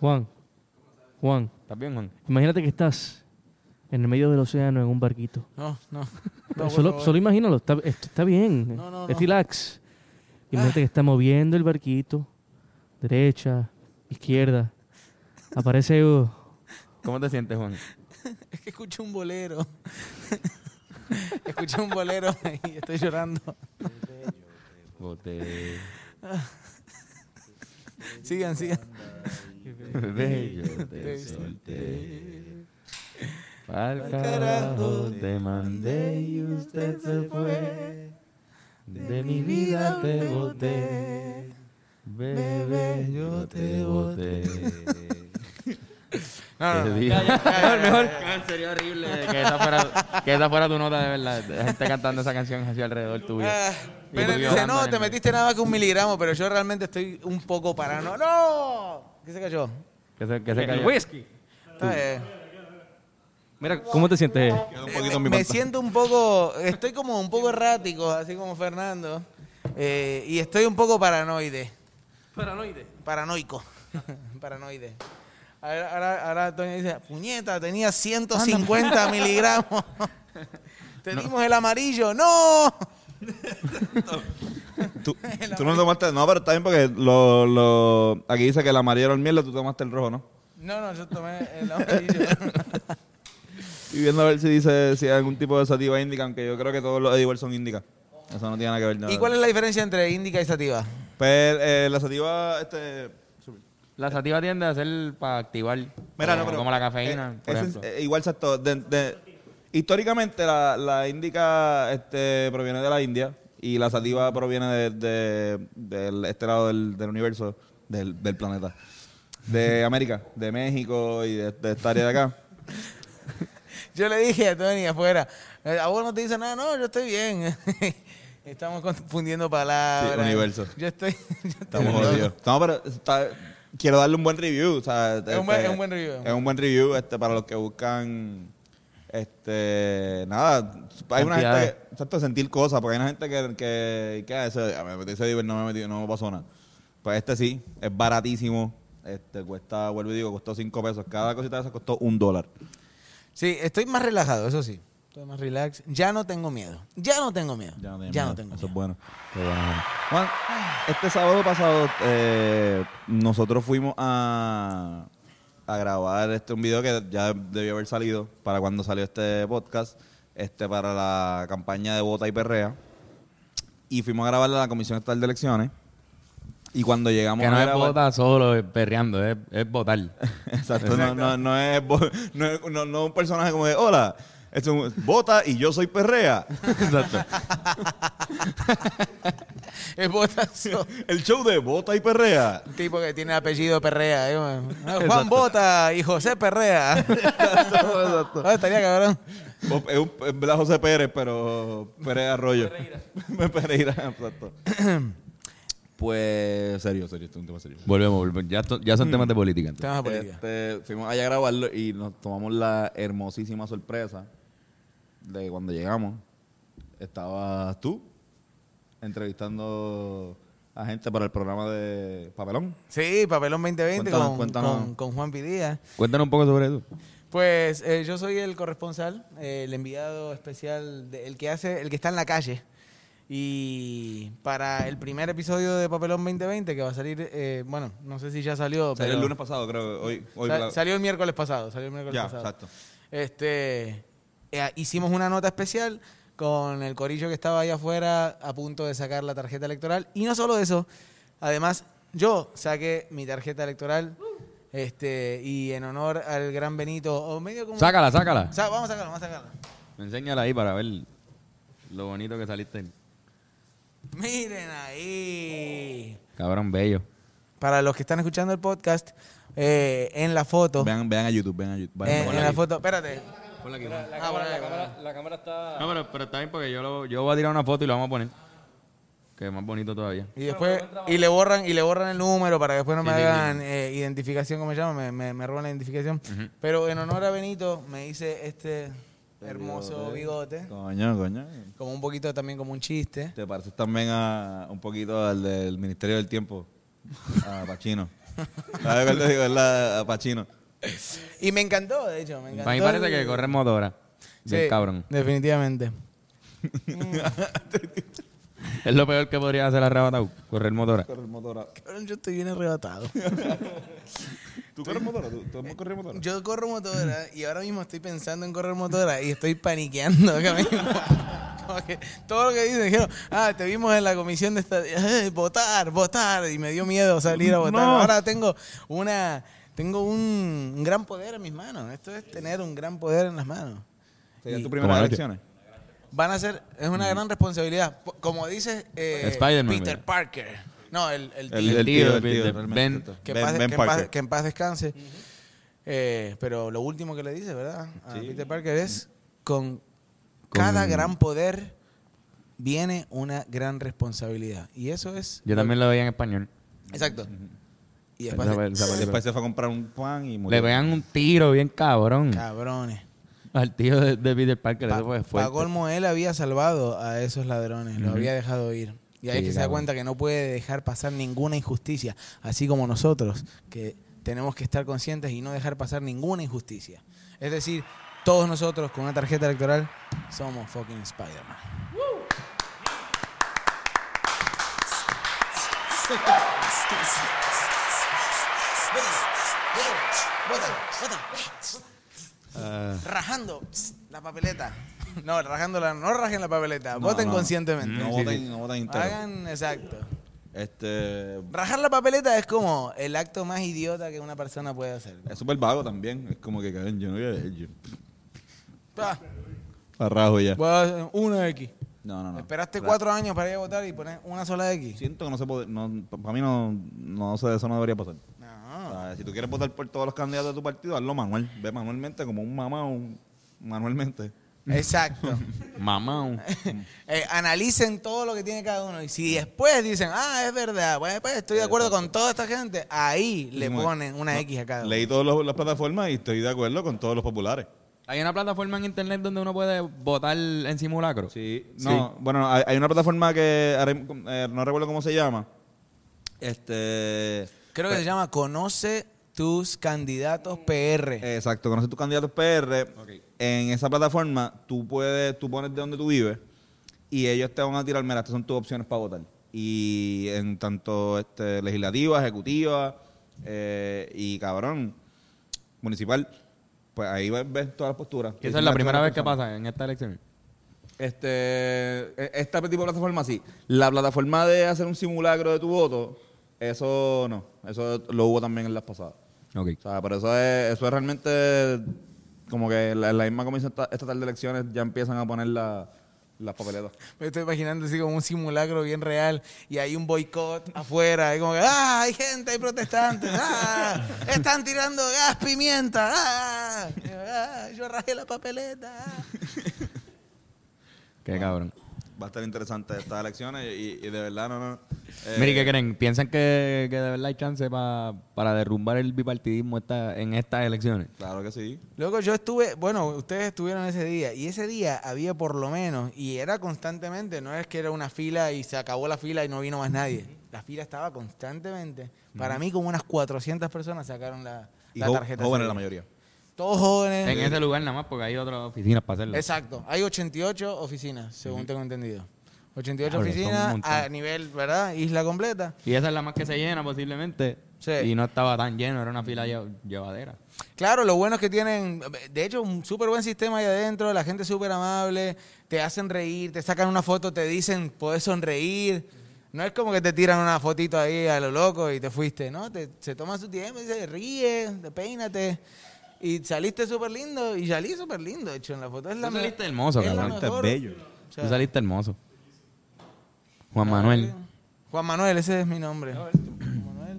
B: Juan, Juan,
A: ¿Estás bien, Juan?
B: imagínate que estás en el medio del océano en un barquito.
C: No, no. eh.
B: No, solo, solo imagínalo, está, est- está bien.
C: No, no, Ah.
B: es
C: no.
B: relax. Imagínate que está moviendo el barquito. Derecha, izquierda. Aparece. uh,
A: ¿Cómo te sientes, Juan?
C: Es que escuché un bolero. escuché un bolero y estoy llorando.
A: Bote-
C: Sigan, sigan.
A: Bello te solté. Al carajo te mandé y usted se fue. De mi vida te boté. Bebé, yo te boté.
C: No,
D: Ah,
C: no,
A: Te
C: no.
A: digo. Mejor, mejor. Sería horrible que esa, fuera, que esa fuera tu nota de verdad. La gente cantando esa canción hacia alrededor tuyo.
C: Ah,
A: Y
C: Pero
A: tú
C: dice,
A: llorando
C: no,
A: en
C: te
A: el-
C: metiste nada más que un miligramo, pero yo realmente estoy un poco parano. ¡No! ¿Qué se cayó?
A: Que se, que se
B: el
A: cayó.
B: whisky.
C: Está bien.
B: Mira, ¿cómo te sientes?
D: Queda un
C: Eh,
D: poquito
C: me-
D: en mi
C: me
D: pantalla.
C: siento un poco, estoy como un poco errático, así como Fernando. Eh, y estoy un poco paranoide.
B: Paranoide.
C: Paranoico. Paranoide. Ahora, ahora, ahora Toño dice, puñeta, tenía 150 miligramos. Te dimos el amarillo. ¡No!
D: Tú, tú no tomaste. No, pero está bien porque lo, lo- aquí dice que el amarillo era el miel, tú tomaste el rojo, ¿no?
C: No, no, yo tomé el amarillo.
D: Estoy viendo a ver si dice si hay algún tipo de sativa indica, aunque yo creo que todos los Edibles son indica. Eso no tiene nada que ver. nada.
C: ¿Y cuál es la diferencia entre índica y sativa?
D: Pero eh, la sativa, este.
A: La sativa tiende a ser para activar.
D: Mira,
A: como,
D: no, pero-
A: como la cafeína,
D: eh,
A: por
D: ese es-
A: ejemplo.
D: eh, igual, exacto. de- de- históricamente, la, la indica este, proviene de la India y la sativa proviene de, de- del, este lado del, del universo, del, del planeta. De América, de México y de, de esta área de acá.
C: Yo le dije a Tony afuera, eh, a vos no te dice nada, no, yo estoy bien. Estamos confundiendo palabras.
D: Sí, universo.
C: Yo estoy... yo estoy
D: Estamos
C: loco.
D: jodidos. No, pero está- quiero darle un buen review. o sea, este,
C: Es un buen- es un buen review.
D: Es un buen review este, para los que buscan. Este, nada, hay una gente
A: Cantidades.
D: que, exacto, sentir cosas, porque hay una gente que, que, que ah, eso, a ver, me metí ese Diver, no me metí, no me pasó nada. Pues este sí, es baratísimo, este cuesta, vuelvo y digo, costó 5 pesos, cada cosita de esas costó un dólar.
C: Sí, estoy más relajado, eso sí. Estoy más relax. Ya no tengo miedo. Ya no tengo miedo. Ya no,
D: tenía miedo.
C: tengo
D: Eso es
C: miedo.
D: bueno. Juan, este sábado pasado eh, nosotros fuimos a, a grabar este un video que ya debió haber salido para cuando salió este podcast, este para la campaña de Bota y Perrea. Y fuimos a grabarla a la Comisión Estatal de Elecciones. Y cuando llegamos
A: Que no
D: a
A: es
D: grabar-
A: botar solo, es perreando, es, es botar.
D: Exacto, no, no, no es bo- no, es- no- no un personaje como de, hola, es un Bota y yo soy Perrea. Exacto.
C: Es botazo.
D: El show de Bota y Perrea.
C: Un tipo que tiene apellido Perrea. ¿eh, man? Ah, Juan Bota y José Perrea. Ah, estaría cabrón.
D: O- Es un es verdad José Pérez, pero Pérez Arroyo. Pereira. Pereira, exacto. Pues serio, serio, esto es un tema serio.
A: Volvemos, volvemos. Ya, to-
D: Mm.
A: ya son temas de política. entonces.
C: Temas de Ah, política.
D: Este, fuimos allá a grabarlo y nos tomamos la hermosísima sorpresa de que cuando llegamos estabas tú entrevistando a gente para el programa de Papelón.
C: Sí, Papelón 2020
D: Cuéntanos,
C: con,
D: cuéntanos.
C: con- con Juan Pidía.
A: Cuéntanos un poco sobre eso.
C: Pues eh, yo soy el corresponsal, eh, el enviado especial, de- el que hace, el que está en la calle, Y para el primer episodio de Papelón 2020, que va a salir, eh, bueno, no sé si ya salió,
D: Salió
C: pero
D: el lunes pasado, creo. Hoy, hoy
C: Sa-
D: la-
C: salió el miércoles pasado, salió el miércoles
D: ya,
C: pasado.
D: exacto.
C: Este, eh, hicimos una nota especial con el corillo que estaba ahí afuera a punto de sacar la tarjeta electoral. Y no solo eso, además yo saqué mi tarjeta electoral este, y en honor al gran Benito, o medio como...
A: Sácala, sácala.
C: Sa- vamos a sacarla, vamos a sacarla.
A: Enséñala ahí para ver lo bonito que saliste.
C: Miren ahí.
A: Cabrón, bello.
C: Para los que están escuchando el podcast, eh, en la foto...
D: Vean, vean a YouTube, vean a YouTube. Vayan,
C: eh,
D: vayan
C: en
D: a
C: la
D: YouTube.
C: foto, espérate.
A: Ponla aquí.
B: La,
C: cámara-
B: cámara,
C: la cámara-
B: está...
A: No, pero, pero está bien porque yo, lo- yo voy a tirar una foto y lo vamos a poner. Que es más bonito todavía.
C: Y después, y le borran, y le borran el número para que después no me
A: Sí, sí, sí.
C: hagan eh, identificación, como se llama, me, me, me roban la identificación. Pero en honor a Benito me hice este hermoso bigote,
D: Coño, coño.
C: como un poquito también como un chiste.
D: Te pareces también a un poquito al del Ministerio del Tiempo, a Pachino. ¿Sabes cuál te digo? Es la- a Pachino.
C: Y me encantó, de hecho, me encantó.
A: Para mí parece que corre motora.
C: Sí,
A: Del cabrón.
C: Definitivamente.
A: Es lo peor que podría hacer arrebatado. Correr motora.
C: Cabrón, yo estoy bien arrebatado.
D: ¿Tú corres motora? ¿Tú, tú corres motora?
C: Yo corro motora y ahora mismo estoy pensando en correr motora y estoy paniqueando. acá mismo. Como que todo lo que dicen, dijeron, ah, te vimos en la comisión de esta... eh, votar, votar. Y me dio miedo salir a votar. Ahora tengo una... Tengo un, un gran poder en mis manos. Esto es tener un gran poder en las manos.
D: ¿Serían
C: Y
D: tus primeras
A: Como
D: elecciones?
C: Van a ser... Es una gran responsabilidad. Po- Como dice eh, Peter
A: Mm. Spider-Man, mira.
C: Parker. No, el, el tío.
A: el tío, el tío, Ben-
D: realmente.
C: Que, en
D: Ben-
C: paz-
D: Ben
C: que en paz-
D: Parker.
C: que en paz descanse. Eh, pero lo último que le dice, ¿verdad? A
D: Sí.
C: Peter Parker es, con, cada gran poder viene una gran responsabilidad. Y eso es...
A: Yo también lo veía en español.
C: Exacto. Y
A: Esa
C: después...
A: pe- esa película.
D: Después se fue a comprar un pan y murió.
A: Le pegan un tiro bien cabrón
C: Cabrones.
A: al tío de, de Peter Parker.
C: Pa-
A: eso fue
C: pa'
A: fuerte.
C: colmo, él había salvado a esos ladrones, lo había dejado ir. Y ahí
A: Sí,
C: es que se da
A: cabrón.
C: cuenta que no puede dejar pasar ninguna injusticia, así como nosotros, que tenemos que estar conscientes y no dejar pasar ninguna injusticia. Es decir, todos nosotros con una tarjeta electoral somos fucking Spider-Man. Bota,
D: Ah.
C: bota. Rajando la papeleta. No, rajándola, no rajen la papeleta.
D: No,
C: voten
D: no, no.
C: conscientemente.
D: No
C: Sí,
D: voten,
C: sí.
D: no voten entero.
C: Hagan, exacto.
D: Este,
C: Rajar la papeleta es como el acto más idiota que una persona puede hacer.
D: es súper vago también. Es como que, cabrón, yo no voy a yo.
C: Pa,
D: Arrajo ya.
C: voy a hacer una X.
D: No, no, no.
C: Esperaste cuatro años para ir a votar y poner una sola X.
D: Siento que no se puede. No, para mí no, no sé, eso no debería pasar. O
C: No.
D: sea, si tú quieres votar por todos los candidatos de tu partido, hazlo manual. Ve manualmente como un mamá un manualmente.
C: Exacto.
A: Mamón.
C: Eh, analicen todo lo que tiene cada uno. Y si después dicen, ah, es verdad, bueno, pues estoy de acuerdo con toda esta gente, ahí le
D: Como-
C: ponen una
D: no,
C: X a cada uno.
D: Leí todas las plataformas y estoy de acuerdo con todos los populares.
A: Hay una plataforma en internet donde uno puede votar en simulacro.
D: Sí, no, bueno, no, hay, hay una plataforma que ahora mismo, eh, no recuerdo cómo se llama. Este.
C: Creo que se llama Conoce tus candidatos
D: Eh,
C: PR.
D: Exacto, conoce tus candidatos PR. En esa plataforma tú puedes, tú pones de donde tú vives y ellos te van a tirar, mira, estas son tus opciones para votar. Y en tanto este, legislativa, ejecutiva eh, y cabrón, municipal, pues ahí ves, ves todas las posturas.
A: Que esa es la primera vez que pasa en esta elección.
D: Este, e- este tipo de plataforma sí. La plataforma de hacer un simulacro de tu voto, eso no, eso lo hubo también en las pasadas.
A: Ok.
D: O sea, pero eso es, eso es realmente como que la, la misma comisión esta, esta tarde de elecciones ya empiezan a poner la- las papeletas.
C: Me estoy imaginando así como un simulacro bien real y hay un boicot afuera. Hay como que, ah, hay gente, hay protestantes, ah, están tirando gas, pimienta, ah, ah, yo rajé la papeleta. ah".
A: Qué cabrón.
D: Va a estar interesante estas elecciones y, y de verdad no, no. eh,
A: Mire, ¿qué creen? ¿Piensan que, que de verdad hay chance pa- para derrumbar el bipartidismo esta, en estas elecciones?
D: Claro que sí.
C: Luego yo estuve, bueno, ustedes estuvieron ese día y ese día había por lo menos, y era constantemente, no es que era una fila y se acabó la fila y no vino más nadie. La fila estaba constantemente. Para mí como unas 400 personas sacaron la,
D: Y
C: la
D: jo-
C: tarjeta.
D: jóvenes
C: ese día.
D: la mayoría.
C: Todos jóvenes.
A: En ese lugar nada más, porque hay otras oficinas para hacerlo.
C: Exacto. Hay 88 oficinas, según tengo entendido. 88
A: Diablo, son un
C: oficinas
A: montón.
C: a nivel, ¿verdad? Isla completa.
A: Y esa es la más que se llena posiblemente.
C: Sí.
A: Y no estaba tan lleno, era una fila lle- llevadera.
C: Claro, lo bueno es que tienen, de hecho, un súper buen sistema ahí adentro, la gente es súper amable, te hacen reír, te sacan una foto, te dicen, puedes sonreír. No es como que te tiran una fotito ahí a lo loco y te fuiste, ¿no? Te- se toma su tiempo y se ríe, te peínate. Y saliste súper lindo, y salí súper lindo, de hecho, en la foto es la
A: Tú
C: me-
A: saliste hermoso,
C: es la
A: cabrón,
D: Ahorita es
C: mejor.
D: bello.
C: O sea,
A: Tú saliste hermoso. Juan Manuel.
C: Juan Manuel, ese es mi nombre. Juan Manuel.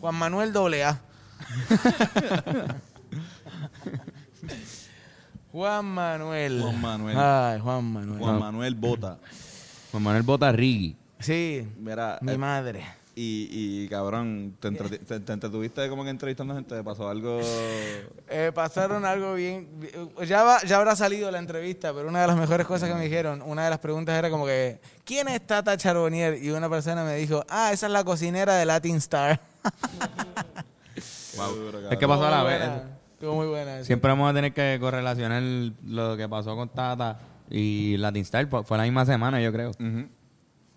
C: Juan Manuel doble A. Juan Manuel.
D: Juan Manuel.
C: Ay, Juan Manuel.
D: Juan Manuel Bota.
A: Juan Manuel Botarrigui.
C: Sí,
D: Mira,
C: mi
D: eh,
C: madre.
D: y, y cabrón, te, entreti- te- te entretuviste como que entrevistando gente, te pasó algo.
C: Eh, pasaron algo bien. Ya, va- ya habrá salido la entrevista, pero una de las mejores cosas que me dijeron, una de las preguntas era como que, ¿quién es Tata Charbonnier? Y una persona me dijo, ah, esa es la cocinera de Latin Star.
D: Qué duro,
A: Es que
D: cabrón.
A: pasó a la
C: Muy
A: vez.
C: buena, Estuvo muy buena. esa.
A: Siempre vamos a tener que correlacionar lo que pasó con Tata y Latin Star. po- Fue la misma semana, yo creo.
D: Ujú.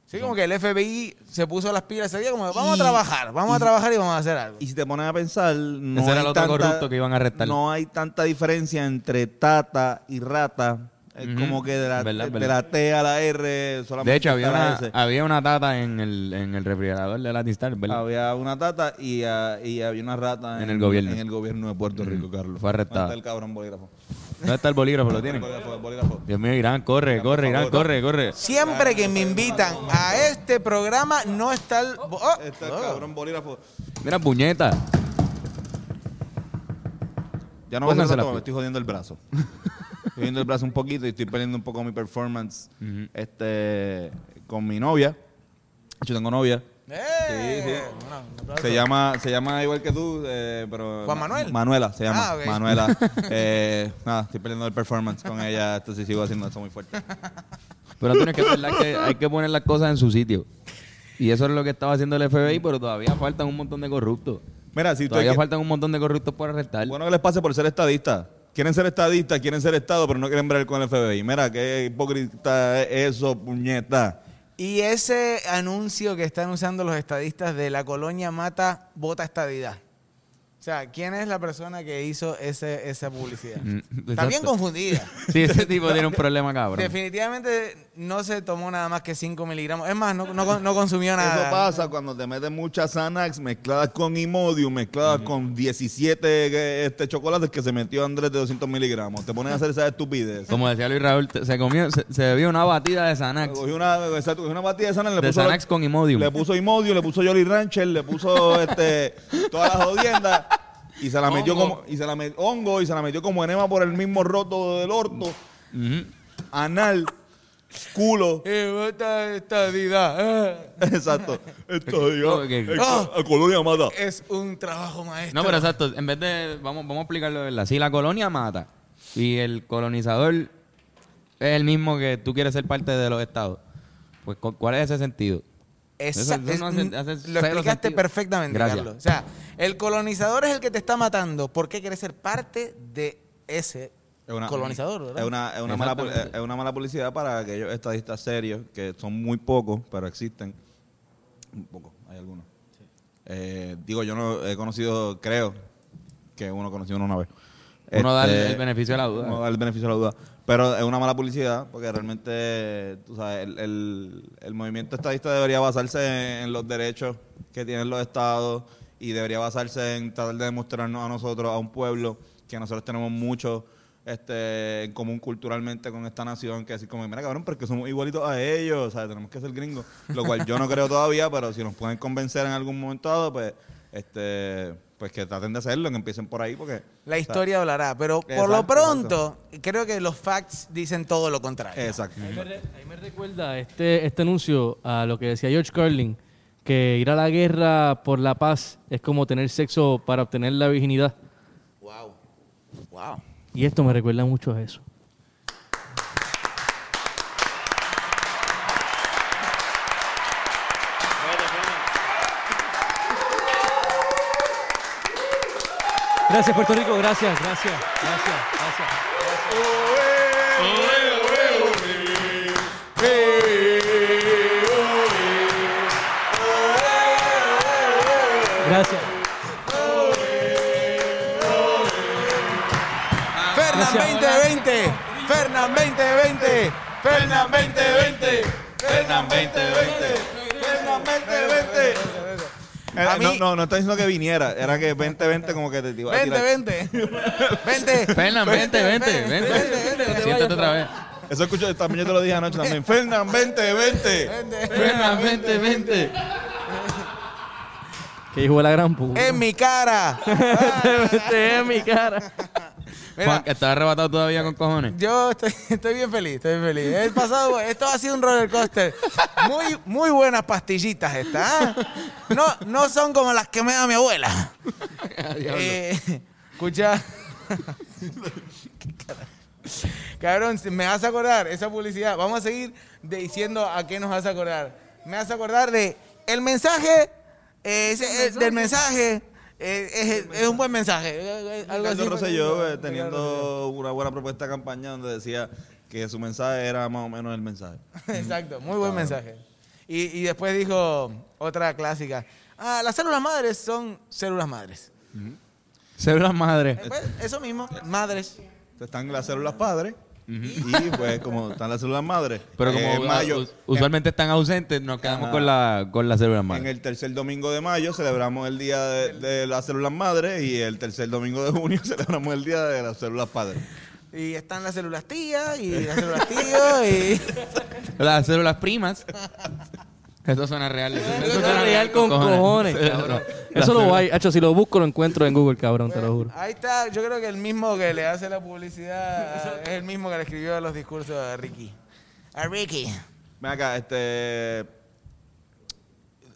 C: Sí, como que el FBI se puso las pilas ese día, como vamos a trabajar, vamos a trabajar y vamos a hacer algo.
D: Y si te pones a pensar, no
A: Ese era
D: hay
A: el otro
D: tanta,
A: corrupto que iban a arrestar.
D: No hay tanta diferencia entre Tata y Rata. Es
A: Ujú.
D: como que de la,
A: Verdad,
D: de, de
A: verdad.
D: la T a la R solamente.
A: De hecho, había
D: está la
A: una,
D: S.
A: había una tata en el, en el refrigerador de Latin Star, ¿verdad?
D: Había una tata y, ah, y había una rata
A: En el gobierno.
D: En el gobierno de Puerto Rico, Carlos.
A: Fue arrestada.
D: ¿Dónde está el cabrón bolígrafo?
A: ¿Dónde está el bolígrafo? ¿Lo
D: El
A: tienen?
D: bolígrafo, el bolígrafo.
A: Dios mío, Irán, corre, corre, Irán, corre, corre.
C: Siempre que me invitan a este programa, no está el... bo- oh,
D: Está el
C: oh.
D: cabrón bolígrafo.
A: Mira, puñeta.
D: Ya no voy a hacer
A: Póngansela
D: todo,
A: tú.
D: me estoy jodiendo el brazo. estoy jodiendo el brazo un poquito y estoy perdiendo un poco mi performance este, con mi novia. Yo tengo novia.
C: Eh,
D: Sí,
C: bueno, un aplauso.
D: Se llama, se llama igual que tú, eh, pero...
C: ¿Juan
D: Ma-
C: Manuel?
D: Manuela, se llama.
C: Ah, ok.
D: Manuela. Eh, nada, estoy perdiendo el performance con ella, esto sí sigo haciendo esto muy fuerte.
A: Pero Antonio, es que es verdad que hay que poner las cosas en su sitio. Y eso es lo que estaba haciendo el FBI, pero todavía faltan un montón de corruptos.
D: Mira, si
A: Todavía
D: ustedes... que-
A: faltan un montón de corruptos por arrestar.
D: Bueno que les pase por ser estadistas. Quieren ser estadistas, quieren ser Estado, pero no quieren ver con el FBI. Mira, qué hipócrita es eso, puñeta.
C: Y ese anuncio que están usando los estadistas de la colonia Mata, vota estadidad. O sea, ¿quién es la persona que hizo ese, esa publicidad?
A: Mm,
C: Está bien
A: exacto.
C: confundida.
A: Sí, ese tipo tiene un problema, cabrón.
C: Definitivamente no se tomó nada más que 5 miligramos. Es más, no, no- no consumió nada.
D: Eso pasa cuando te meten muchas Xanax mezcladas con Imodium, mezcladas con 17 este, chocolates que se metió Andrés de 200 miligramos. Te ponen a hacer esa estupidez.
A: Como decía Luis Raúl, te- se comió, se, se bebió una batida de Xanax.
D: Cogió una, exacto, cogió una batida de Xanax, le
A: De
D: puso,
A: Xanax con Imodium.
D: le puso Imodium, le puso Jolly Rancher, le puso este, todas las jodiendas. Y se la metió
A: Hongo.
D: como y se la met- hongo y se la metió como enema por el mismo roto del orto,
A: Ujú.
D: anal, culo.
C: Eh, vota estadidad.
D: eh.
C: Ah.
D: Exacto. Esto digo,
A: Ok.
D: esto-
C: Ah.
D: a Colonia Mata.
C: Es un trabajo maestro.
A: No, pero exacto, en vez de. Vamos, vamos a explicarlo de verdad. Si la colonia mata y el colonizador es el mismo que tú quieres ser parte de los estados, pues ¿cu- ¿cuál es ese sentido?
C: Esa-
A: Eso- eso
C: es-
A: no hace- hace
C: lo
A: cero
C: explicaste
A: sentido.
C: perfectamente,
A: Gracias.
C: Carlos. O sea, el colonizador es el que te está matando. ¿Por qué quieres ser parte de ese
D: Es una-
C: colonizador? ¿verdad?
D: Es una, es, una mala, pol-
A: Exactamente.
D: es una mala publicidad para aquellos estadistas serios, que son muy pocos, pero existen. Un poco, hay algunos. Eh, digo, yo no he conocido, creo, que uno conoció uno una vez.
A: Uno da el-
D: Este,
A: el beneficio de la duda.
D: Uno da el beneficio de la duda. Pero es una mala publicidad porque realmente, tú sabes, el, el- el movimiento estadista debería basarse en los derechos que tienen los estados y debería basarse en tratar de demostrarnos a nosotros, a un pueblo, que nosotros tenemos mucho este, en común culturalmente con esta nación, que decir como, mira cabrón, porque somos igualitos a ellos, o sea, tenemos que ser gringos, lo cual yo no creo todavía, pero si nos pueden convencer en algún momento dado, pues, este, pues que traten de hacerlo, que empiecen por ahí, porque... o
C: La
D: sea,
C: historia hablará, pero por
D: Exacto,
C: lo pronto creo que los facts dicen todo lo contrario.
D: Exacto.
B: Ahí me, re- ahí me recuerda este, este anuncio a lo que decía George Carlin, que ir a la guerra por la paz es como tener sexo para obtener la virginidad.
C: Wow. Wow.
B: Y esto me recuerda mucho a eso. Gracias Puerto Rico, gracias, gracias, gracias, gracias.
C: Pero
E: Gracias.
C: Fernan
E: Gracias.
C: 2020. Fernan 2020. Fernan 2020. Fernan 2020. Fernan 2020. A
D: Eh, no,
C: mí-
D: no, no está diciendo que viniera. Era que 2020 como que te, te iba a
C: Vente,
D: tirar.
C: vente. Vente.
A: Fernan, vente, vente,
C: Fernan,
A: vente.
C: vente, vente.
A: Siéntate otra vez.
D: Eso escucho, también yo te lo dije anoche también. Fernan, 2020.
A: Fernan, vente, vente.
B: Que hijo de la gran puta.
C: En mi cara.
B: Este es mi cara.
A: Juan,
C: Mira,
A: que está arrebatado todavía con cojones.
C: yo estoy, estoy bien feliz, estoy bien feliz. El pasado, esto ha sido un roller coaster. Muy, muy buenas pastillitas estas. ¿ah? No, no son como las que me da mi abuela.
D: Ah,
C: Eh, escucha. Qué carajo. Cabrón, si me hace acordar esa publicidad. Vamos a seguir de- diciendo a qué nos hace acordar. Me hace acordar de el mensaje, eh, ese- eh, del mensaje. eh, es, es un buen mensaje. eh, eh, Algo así.
D: Ricardo
C: fue que-
D: Rosselló eh,
C: Ricardo Rosselló.
D: teniendo una buena propuesta de campaña donde decía que su mensaje era más o menos el mensaje.
C: Exacto, muy buen mensaje. Y, y después dijo otra clásica. Ah, las células madres son células madres.
A: Células madre.
C: Eh, pues, eso mismo, madres.
D: Están las células padres y pues como están las células madres.
A: Pero como
D: eh, en mayo,
A: us- usualmente están ausentes, nos quedamos
D: Ajá.
A: con la, con la célula
D: en
A: madre.
D: el tercer domingo de mayo celebramos el día de, de las células madres y el tercer domingo de junio celebramos el día de las células padres.
C: Y están las células tías y las células tíos y...
A: Las células primas. Eso suena real. Eso, eso
B: Eso
A: suena
B: es real con cojones, cabrón. Eso lo hay. Hacho, si lo busco, lo encuentro en Google, cabrón, te lo juro.
C: Ahí está, yo creo que el mismo que le hace la publicidad es el mismo que le escribió los discursos a Ricky. A Ricky.
D: Ven acá, este.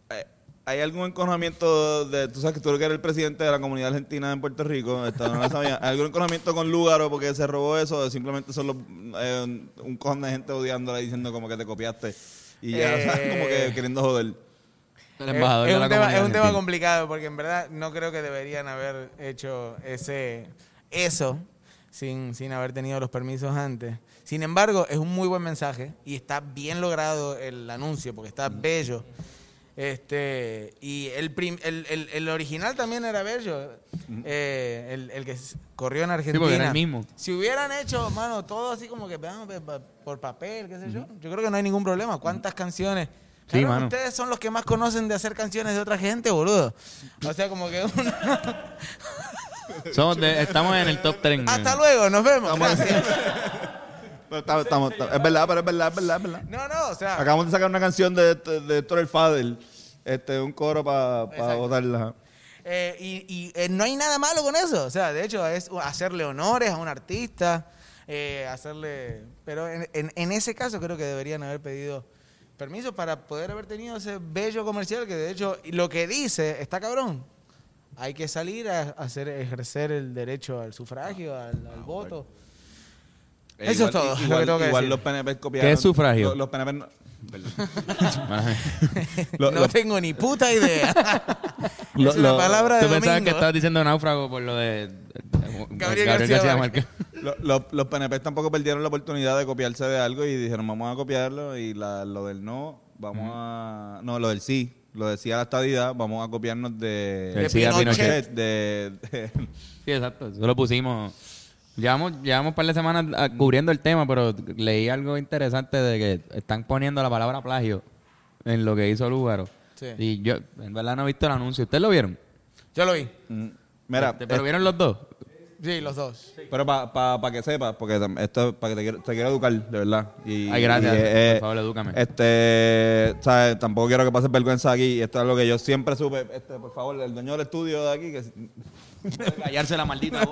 D: eh, ¿Hay algún enconamiento de. Tú sabes que tú eres el presidente de la comunidad argentina en Puerto Rico, esta no la sabía. ¿Hay algún enconamiento con Lugaro porque se robó eso? ¿O simplemente son los, eh, un- un cojón de gente odiándola y diciendo como que te copiaste? Y ya,
C: Eh.
D: ¿sabes? como que queriendo joder.
A: El
C: Es,
A: embajador
C: es
A: de
C: un
A: la
C: tema,
A: comunidad
C: es un tema
A: argentina.
C: complicado porque en verdad no creo que deberían haber hecho ese eso sin, sin haber tenido los permisos antes. Sin embargo, es un muy buen mensaje y está bien logrado el anuncio porque está bello. Este, y el, prim- el, el- el original también era bello, eh, el, el que s- corrió en Argentina.
A: porque era el mismo.
C: Si hubieran hecho, mano, todo así como que veamos, pe- pa- por papel, qué sé yo, yo creo que no hay ningún problema. ¿Cuántas canciones?
A: Sí,
C: Cabrón,
A: mano.
C: Ustedes son los que más conocen de hacer canciones de otra gente, boludo. O sea, como que un-
A: Somos de- estamos en el top 3.
C: hasta luego, nos vemos.
D: Estamos-
C: Gracias.
D: Pero estamos- estamos- estamos- es verdad, pero es verdad, es verdad, es verdad.
C: No, no, o sea,
D: Acabamos de sacar una canción de, de, Héctor el Fader, este, un coro para
C: Exacto.
D: votarla.
C: eh, y, y, eh, no hay nada malo con eso. O sea, de hecho, es hacerle honores a un artista, eh, hacerle... Pero en, en- en ese caso creo que deberían haber pedido permiso para poder haber tenido ese bello comercial que de hecho lo que dice está cabrón. Hay que salir a hacer ejercer el derecho al sufragio, al,
D: Ah,
C: al voto.
D: Eh,
C: Eso es todo,
D: i-
C: lo que tengo que
D: igual
C: decir.
D: los PNP copiaron.
A: ¿Qué es sufragio?
D: Los, los PNP no- perdón. Lo-
C: No
D: lo-
C: tengo ni puta idea. es una palabra de
A: Tú pensabas
C: domingo.
A: que estabas diciendo náufrago por lo de eh,
C: Gabriel García Márquez.
D: lo- lo- los PNP tampoco perdieron la oportunidad de copiarse de algo y dijeron, vamos a copiarlo. Y la- lo del no, vamos a. No, lo del sí, lo decía la estadidad, vamos a copiarnos de.
A: El
C: sí a
A: Pinochet.
D: De, de-
A: Sí, exacto. Eso lo pusimos. Llevamos, llevamos un par de semanas ah, cubriendo el tema, pero leí algo interesante de que están poniendo la palabra plagio en lo que hizo Lúgaro.
C: Sí.
A: Y yo, en verdad, no he visto el anuncio. ¿Ustedes lo vieron?
C: Yo lo vi.
D: Mm, Mira, eh,
A: Este, ¿Pero vieron los dos?
C: Sí, los dos.
D: Pero para pa, pa que sepas, porque tam- esto es para que te quiero, te quiero educar, de verdad. Y,
A: Ay, gracias.
D: y, eh,
A: Por favor, edúcame.
D: Este, ¿sabes? Tampoco quiero que pases vergüenza aquí. Esto es lo que yo siempre supe. Este, por favor, el dueño del estudio de aquí. Que,
A: Callarse la maldita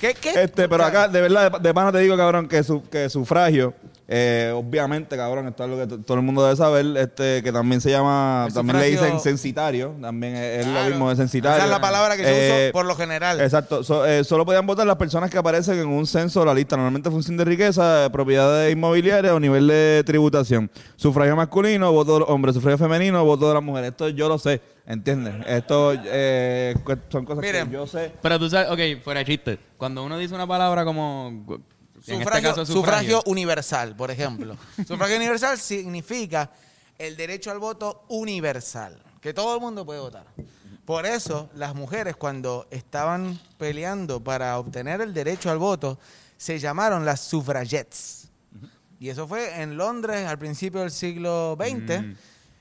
C: ¿Qué, qué?
D: este, pero acá, de verdad, de, de pana te digo, cabrón, que, su, que sufragio, eh, obviamente, cabrón, esto es lo que to- todo el mundo debe saber, este, que también se llama,
C: El
D: también le
C: sufragio-
D: dicen censitario, también es, es
C: Claro.
D: lo mismo de censitario.
C: Esa es la palabra que yo
D: Eh,
C: uso por lo general.
D: Exacto. So- eh, solo podían votar las personas que aparecen en un censo o la lista. Normalmente función de riqueza, eh, propiedades inmobiliarias o nivel de tributación. Sufragio masculino, voto de los hombres. Sufragio femenino, voto de las mujeres. Esto yo lo sé, ¿entiendes? Esto eh, cu- son cosas
C: Miren.
D: que yo sé.
A: Pero tú sabes, ok, fuera de chiste. Cuando uno dice una palabra como. en este
C: Sufragio,
A: caso,
C: sufragio universal, por ejemplo. sufragio universal significa el derecho al voto universal, que todo el mundo puede votar. Por eso, las mujeres cuando estaban peleando para obtener el derecho al voto, se llamaron las suffragettes. Y eso fue en Londres al principio del siglo XX.
D: Mm.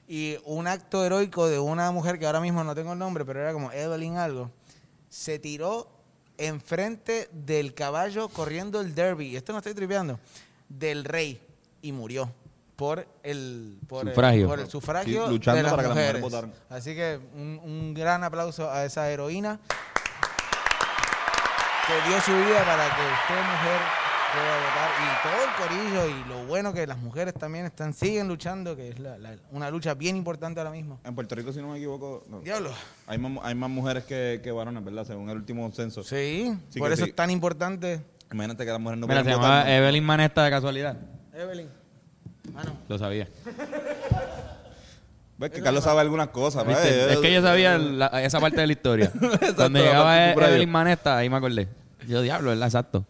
C: Y un acto heroico de una mujer que ahora mismo no tengo el nombre, pero era como Evelyn algo, se tiró enfrente del caballo corriendo el derby. Y esto no estoy tripeando. Del rey. Y murió por el, por el-
A: Sufragio.
C: por el sufragio
D: Sí, luchando
C: de las
D: para que las
C: mujeres.
D: mujeres votaran.
C: Así que un, un gran aplauso a esa heroína que dio su vida para que usted, mujer, pueda votar. Y todo el corillo y lo bueno que las mujeres también están, siguen luchando, que es la- la- una lucha bien importante ahora mismo.
D: En Puerto Rico, si no me equivoco, no.
C: Diablo.
D: Hay, más, hay más mujeres que, que varones, ¿verdad? Según el último censo.
C: Sí,
D: Sí
C: por
D: que
C: eso
D: sí.
C: es tan importante.
D: Imagínate que las mujeres no
A: Mira, se
D: pueden
A: llamaba eh,
D: votar.
A: Evelyn Manesta de casualidad.
C: Evelyn. Ah, no.
A: Lo sabía.
D: Ves que Carlos sabe algunas cosas, ¿verdad?
A: ¿Viste? Es que yo sabía la- esa parte de la historia. Cuando
D: la
A: llegaba
D: parte por ahí.
A: Evelyn Manesta, ahí me acordé. Yo, diablo, ¿verdad? Exacto.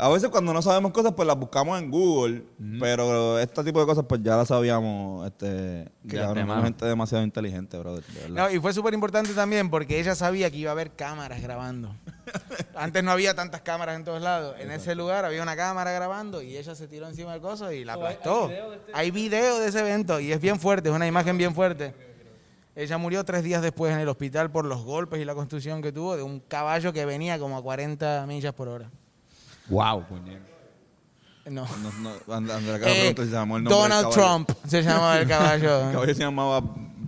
D: A veces cuando no sabemos cosas, pues las buscamos en Google. Pero este tipo de cosas, pues ya las sabíamos. Este, que
A: De
D: cabrón,
A: antemano.
D: es gente demasiado inteligente, brother. de verdad.
C: No, y fue súper importante también porque ella sabía que iba a haber cámaras grabando. Antes no había tantas cámaras en todos lados. En ese lugar había una cámara grabando y ella se tiró encima del coso y la aplastó. hay, video de ese evento y es bien fuerte, es una imagen bien fuerte. Ella murió tres días después en el hospital por los golpes y la contusión que tuvo de un caballo que venía como a 40 millas por hora.
A: Wow.
C: No.
D: No, no, And- Andrea Carlos
C: Eh,
D: preguntó si se llamó el nombre del
C: Donald
D: caballo.
C: Trump se llamaba el
D: El
C: caballo.
D: caballo se llamaba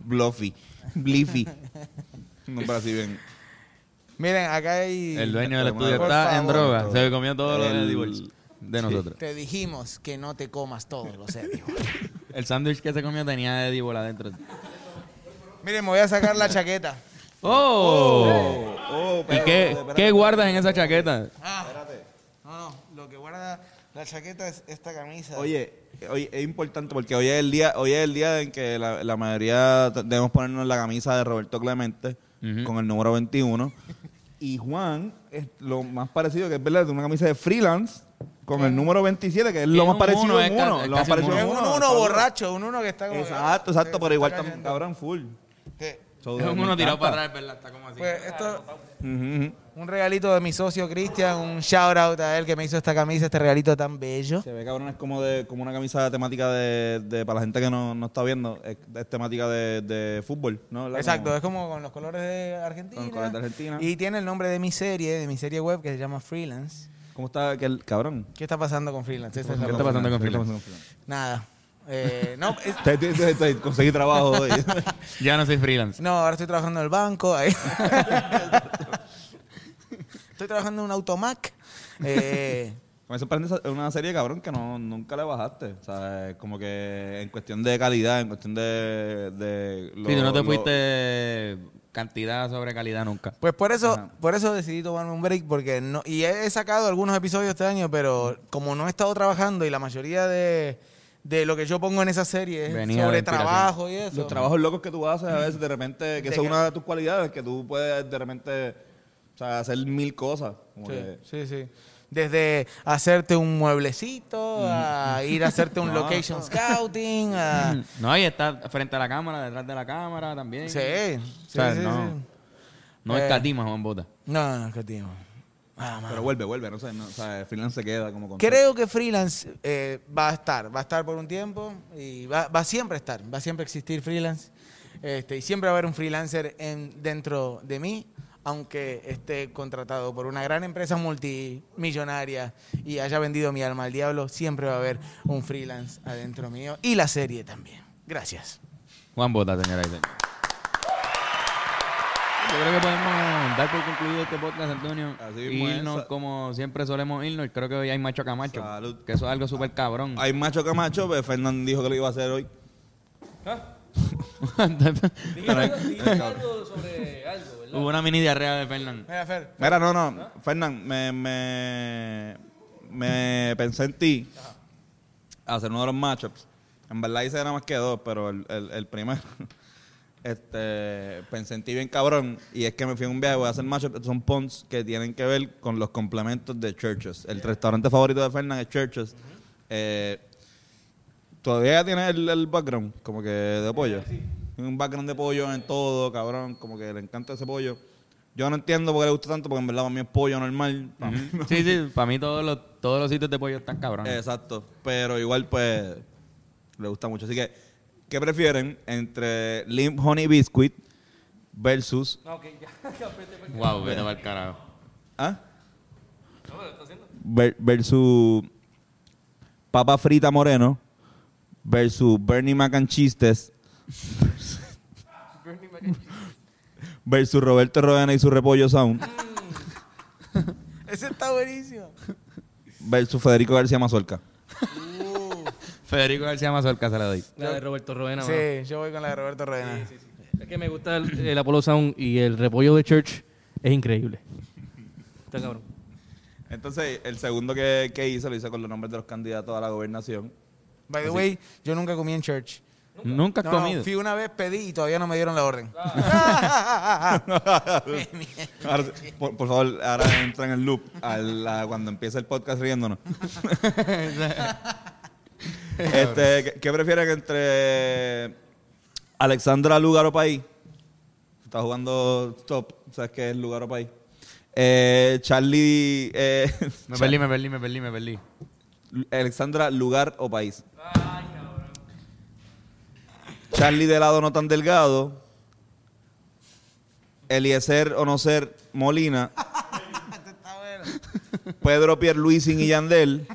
D: Bluffy. Bliffy. Un nombre así bien.
C: Miren, acá hay...
A: El dueño del
D: Por
A: estudio está en
C: favor.
A: droga. Se comió todo lo de
D: El-
A: divorcio de
D: sí.
A: nosotros.
C: Te dijimos que no te comas todos los edibles.
A: El sándwich que se comió tenía Edible adentro.
C: Miren, me voy a sacar la chaqueta.
A: ¡Oh!
D: Oh,
A: ¿Y
D: espérate,
A: qué,
D: espérate,
A: qué guardas en esa chaqueta?
C: Ah,
D: espérate.
C: no, no, lo que guarda la chaqueta es esta camisa.
D: Oye, hoy es importante porque hoy es el día, hoy es el día en que la, la mayoría t- debemos ponernos la camisa de Roberto Clemente con el número 21. Y Juan es lo más parecido que es verdad, de una camisa de freelance con el número 27, que es lo
A: es
D: más
A: un
D: parecido
A: uno,
D: a
A: es
D: un
A: ca-
D: uno.
A: es
D: Lo más
A: casi un
D: parecido a
C: es
D: un
C: un
D: uno,
C: uno
D: cabrón.
C: borracho, un uno que está como.
D: Exacto, exacto, pero igual tam- cabrón full.
C: Sí.
D: So,
A: Es
D: Oh, me
A: uno tirado
D: encanta.
A: para atrás, ¿verdad? Está como así.
C: Pues esto,
D: Ujú, ujú.
C: un regalito de mi socio Cristian, un shout out a él que me hizo esta camisa, este regalito tan bello.
D: Se ve cabrón, es como de como una camisa temática de, de- para la gente que no, no está viendo, es, es temática de, de fútbol, ¿no? ¿Verdad?
C: Exacto,
D: Como-
C: es como con los colores de Argentina.
D: Con los colores de Argentina.
C: Y tiene el nombre de mi serie, de mi serie web que se llama Freelance.
D: ¿Cómo está aquel cabrón?
C: ¿Qué está pasando con Freelance? Esa es la
A: ¿Qué está
C: pregunta.
A: pasando con
D: ¿Qué está
A: Freelance?
D: pasando con
C: Nada. Eh, no, es-
D: Te- te- te- te- Conseguí trabajo hoy.
A: Ya no soy freelance.
C: No, ahora estoy trabajando en el banco. ahí. estoy trabajando en un automac. Eh,
D: Me sorprende esa- una serie, cabrón, que no, nunca le bajaste. O sea, es como que en cuestión de calidad, en cuestión de... de lo-
A: Sí, tú no te
D: lo-
A: fuiste cantidad sobre calidad nunca.
C: pues por eso, por eso decidí tomarme un break porque no y he he sacado algunos episodios este año, pero como no he estado trabajando y la mayoría de, de lo que yo pongo en esa serie es
A: Venía de
C: sobre
A: inspiración.
C: trabajo y eso.
D: Los trabajos locos que tú haces a veces, de repente,
C: De
D: que esa es
C: que-
D: una de tus cualidades, que tú puedes de repente o sea, hacer mil cosas. Como
C: Sí,
D: que-
C: sí, sí. Desde hacerte un
A: Mm.
C: mueblecito, a ir a hacerte un location scouting, a...
D: Ah.
A: No, y está frente a la cámara, detrás de la cámara también.
C: Sí, sí,
A: sea,
C: sí,
A: no.
C: sí.
A: No
C: Eh.
A: escatima, Juan Bota.
C: No, no, qué tío. Ah, mano.
D: Pero vuelve, vuelve. No sé, no, o sea, freelance se queda como con...
C: Creo que freelance eh, va a estar, va a estar por un tiempo y va, va siempre a estar, va siempre a existir freelance. Este, y siempre va a haber un freelancer en, dentro de mí, aunque esté contratado por una gran empresa multimillonaria y haya vendido mi alma al diablo, siempre va a haber un freelance adentro mío y la serie también. Gracias.
A: Juan Bota, señora y señores. Yo creo que podemos dar por concluido este podcast, Antonio.
D: Así mismo es.
A: irnos
D: Sa-
A: como siempre solemos irnos. Creo que hoy hay macho camacho.
D: Salud.
A: Que eso es algo súper cabrón.
D: Hay macho camacho, pues Fernán dijo que lo iba a hacer hoy.
B: Dijiste algo- dijiste algo sobre algo, ¿verdad?
A: Hubo una mini diarrea de Fernán.
C: Mira, Fer,
D: Mira, no, no. Fernán, me, me, me pensé en ti hacer uno de los matchups. En verdad hice nada más que dos, pero el, el- el primero. Este, pensé en ti bien cabrón y es que me fui a un viaje voy a hacer matchups estos son punts que tienen que ver con los complementos de Churches el restaurante favorito de Fernán es Churches Eh, todavía tiene el, el background como que de pollo Tiene un background de pollo en todo, cabrón. Como que le encanta ese pollo. Yo no entiendo por qué le gusta tanto, porque en verdad para mí es pollo normal. para mí no.
A: Sí, sí, para mí todos los, todos los sitios de pollo están cabrones.
D: Exacto. Pero igual, pues, le gusta mucho. Así que, ¿qué prefieren entre Limp Honey Biscuit versus...
A: Wow, vete para el carajo.
D: ¿Ah? Ver- versus Papa Frita Moreno versus Bernie Mac and Cheese Test versus Roberto Rodena y su repollo sound
C: Ese está buenísimo.
D: versus Federico García Mazorca.
C: Uh,
A: Federico García Mazorca se la doy.
B: La de Roberto Rovena. mano.
C: sí, yo voy con la de Roberto Rodena.
B: Es que me gusta el, el Apollo Sound y el repollo de Church es increíble. Está cabrón.
D: Entonces, el segundo que, que hice lo hice con los nombres de los candidatos a la gobernación.
C: By the way, yo nunca comí en church.
A: Nunca has
C: No,
A: comido.
C: no, fui una vez, pedí y todavía no me dieron la orden. Ah,
D: Ahora sí, por, por favor, ahora entra en el loop a la- cuando empieza el podcast riéndonos. este, ¿qué, qué prefieren entre Alexandra Lugaro País? Está jugando top, ¿sabes qué es Lugaro País? Eh, Charlie. eh,
A: Me perdí, me perdí, me perdí, me perdí.
D: Alexandra Lugar o País. Charlie Delado no tan delgado. Eliezer o no ser Molina. Pedro Pierluisin y Yandel.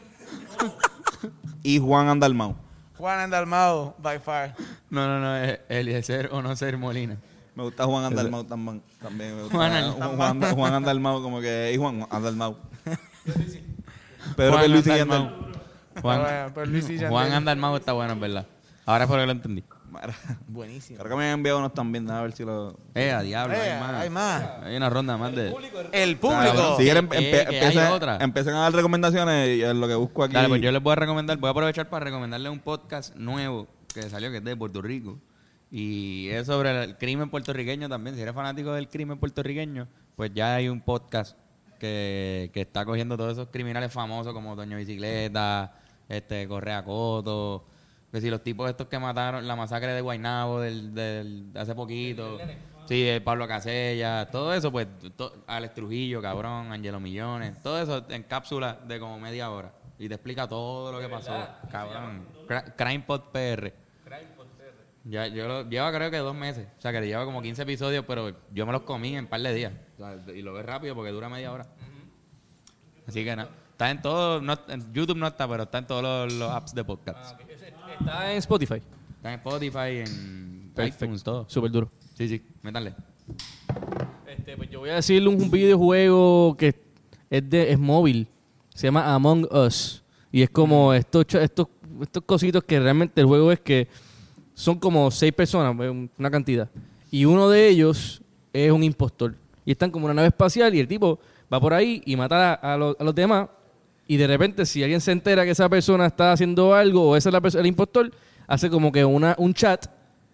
D: y Juan Andalmau.
C: Juan Andalmao, by far.
A: No, no, no, es Eliezer o no ser Molina.
D: Me gusta Juan Andalmau también. también me gusta
A: Juan
D: Juan, Juan, Juan Andalmau, como que. Y Juan Andalmau. Pedro
A: Juan
D: Pierluisin y
A: Andalmau.
D: Yandel.
A: Juan,
C: Ahora, pero Luis y Yandel.
A: Juan Andalmau está bueno, en verdad. Ahora por que lo entendí.
D: Mara,
C: Buenísimo.
D: Creo que me han enviado unos también, a ver si lo.
A: Eh, a diablo,
C: Eh,
A: hay más.
C: hay más.
A: Hay una ronda más de.
C: El
D: Claro,
C: público.
D: Si quieren,
A: Eh,
D: empe-
A: que hay
D: empiecen,
A: otra.
D: empiecen a dar recomendaciones y es lo que busco aquí.
A: Dale, pues yo les voy a recomendar, voy a aprovechar para recomendarles un podcast nuevo que salió que es de Puerto Rico. Y es sobre el crimen puertorriqueño también. Si eres fanático del crimen puertorriqueño, pues ya hay un podcast que, que está cogiendo todos esos criminales famosos como Toño Bicicleta, este Correa Coto, que si los tipos estos que mataron, la masacre de Guaynabo del, del- de hace poquito, sí, de Pablo Casella, todo eso, pues to- Alex Trujillo, cabrón, Angelo Millones, todo eso en cápsula de como media hora. Y te explica todo lo que pasó, cabrón. Cra- Crime Pod PR. Ya, yo lo, lleva creo que dos meses. O sea, que lleva como 15 episodios, pero yo me los comí en un par de días. O sea, y lo ves rápido porque dura media hora. Así que nada. Está en todo, no, en YouTube no está, pero está en todos los, los apps de podcast.
B: Está en Spotify.
A: Está en Spotify, en iTunes, todo.
B: Súper duro.
A: Sí, sí, métanle.
B: Este, pues yo voy a decirle un, un videojuego que es de es móvil. Se llama Among Us. Y es como estos, cho- estos, estos cositos que realmente el juego es que son como seis personas, eh, una cantidad. Y uno de ellos es un impostor. Y están como en una nave espacial y el tipo va por ahí y mata a, a los- a los demás. Y de repente, si alguien se entera que esa persona está haciendo algo o ese es la perso- el impostor, hace como que una, un chat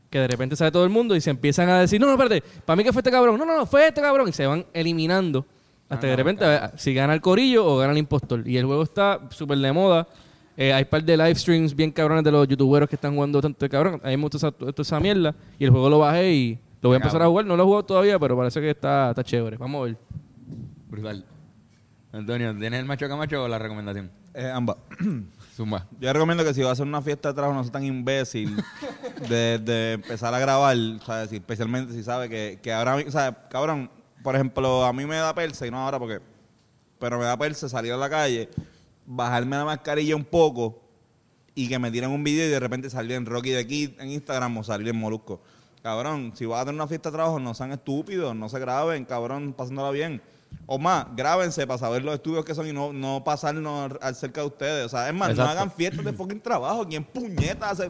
B: que de repente sale todo el mundo y se empiezan a decir, no, no, espérate, para mí que fue este cabrón, no, no, no, fue este cabrón. Y se van eliminando hasta que de repente a ver, si gana el corillo o gana el impostor. Y el juego está súper de moda. Eh, hay par de live streams bien cabrones de los youtuberos que están jugando tanto de cabrón. A mí me gusta esa, toda esa mierda. Y el juego lo bajé y lo voy a empezar a jugar. No lo he jugado todavía, pero parece que está, está chévere. Vamos a ver.
A: Brutal. Antonio, ¿tienes el macho camacho o la recomendación?
D: Eh, ambas.
A: Zumba.
D: Yo recomiendo que si vas a hacer una fiesta de trabajo, no seas tan imbécil de, de empezar a grabar, ¿sabes? Si- especialmente si sabes que, que ahora, mi- ¿sabes? Cabrón, por ejemplo, a mí me da persa, y no ahora porque, pero me da persa salir a la calle, bajarme la mascarilla un poco y que me tiren un video y de repente salir en Rocky de aquí en Instagram o salir en Molusco. Cabrón, si vas a tener una fiesta de trabajo, no sean estúpidos, no se graben, cabrón, pasándola bien. O más, grábense para saber los estudios que son y no, no pasarnos al cerca de ustedes. O sea, es más,
A: Exacto.
D: no hagan fiestas de fucking trabajo. ¿Quién puñeta hace?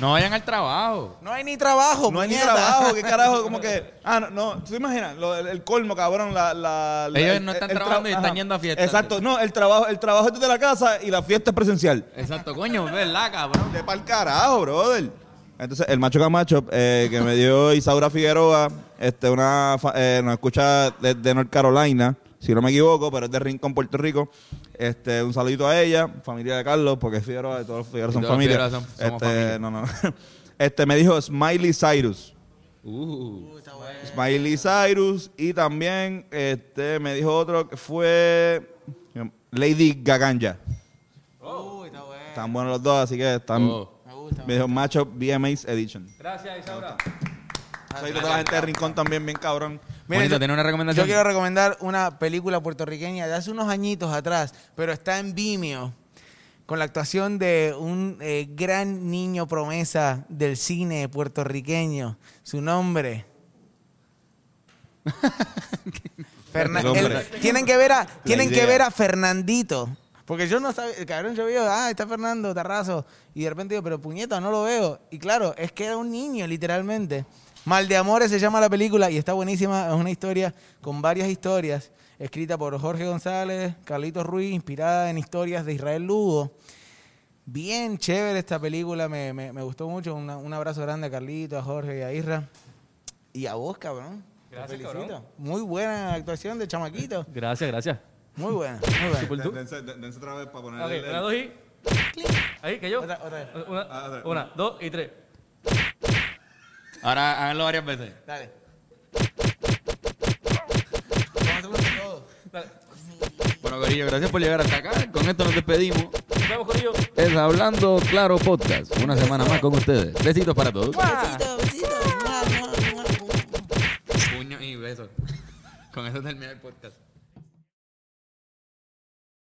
A: No vayan al trabajo.
C: No hay ni trabajo.
D: No hay ni
C: puñeta.
D: trabajo, qué carajo, como que. Ah, no, no. ¿Tú te imaginas? Lo- el, el colmo, cabrón. La, la, la-
A: Ellos
D: el-
A: no están
D: el tra-
A: trabajando y están
D: ajá.
A: yendo a fiestas.
D: Exacto, no, el trabajo, el trabajo es desde la casa y la fiesta es presencial.
A: Exacto, coño, ¿verdad, cabrón?
D: De pa'l carajo, brother. Entonces, el macho camacho eh, que me dio Isaura Figueroa, este, una, fa- eh, nos escucha desde North Carolina, si no me equivoco, pero es de Rincón, Puerto Rico. Este, un saludito a ella, familia de Carlos, porque Figueroa, todos los Figueroa son
A: todos los
D: familia.
A: Figueroa son- somos
D: Este,
A: familia.
D: No, no. Este me dijo Smiley Cyrus.
A: Uh,
D: Smiley Cyrus. Y también este me dijo otro que fue Lady Gaganja.
C: Uy, está bueno.
D: Están buenos los dos, así que están.
B: Oh.
C: Me gusta.
D: Me dijo Macho VMAs Edition.
B: Gracias, Isaura.
D: Soy toda la gente de Rincón también, bien cabrón.
C: Mira,
A: Bonito,
C: yo-
A: ¿tiene una
C: Yo
A: recomendación?
C: quiero recomendar una película puertorriqueña de hace unos añitos atrás, pero está en Vimeo, con la actuación de un eh, gran niño promesa del cine puertorriqueño. Su nombre. Ferna-
D: El hombre.
C: el- tienen que ver a tienen que
D: idea.
C: ver a Fernandito. Porque yo no sabía, cabrón, yo veo, ah, está Fernando Tarrazo. Y de repente digo, pero puñeta, no lo veo. Y claro, es que era un niño, literalmente. Mal de Amores se llama la película y está buenísima. Es una historia con varias historias, escrita por Jorge González, Carlitos Ruiz, inspirada en historias de Israel Lugo. Bien chévere esta película, me, me- me gustó mucho. Una- un abrazo grande a Carlitos, a Jorge y a Isra. Y a vos, cabrón. Te
B: Gracias,
C: felicito.
B: cabrón.
C: Muy buena actuación de chamaquito.
B: Gracias, gracias.
C: Muy buena, muy buena.
B: Por tú.
D: Dense, dense otra vez para poner
B: Ok,
D: el-
B: una, dos y. Ahí, que yo.
C: Otra- otra vez.
D: Ah,
B: Una,
D: otra.
B: una, dos y tres.
A: Ahora háganlo varias veces.
C: Dale. Vamos a hacerlo todo.
B: Dale.
A: Bueno, Corillo, gracias por llegar hasta acá. Con esto nos despedimos.
B: Nos vemos con ellos.
A: Es Hablando Claro Podcast. Una semana más con ustedes. Besitos para todos.
C: Besito, besito. Mua, mua, mua, mua.
A: Puños y besos. Con eso termina el podcast.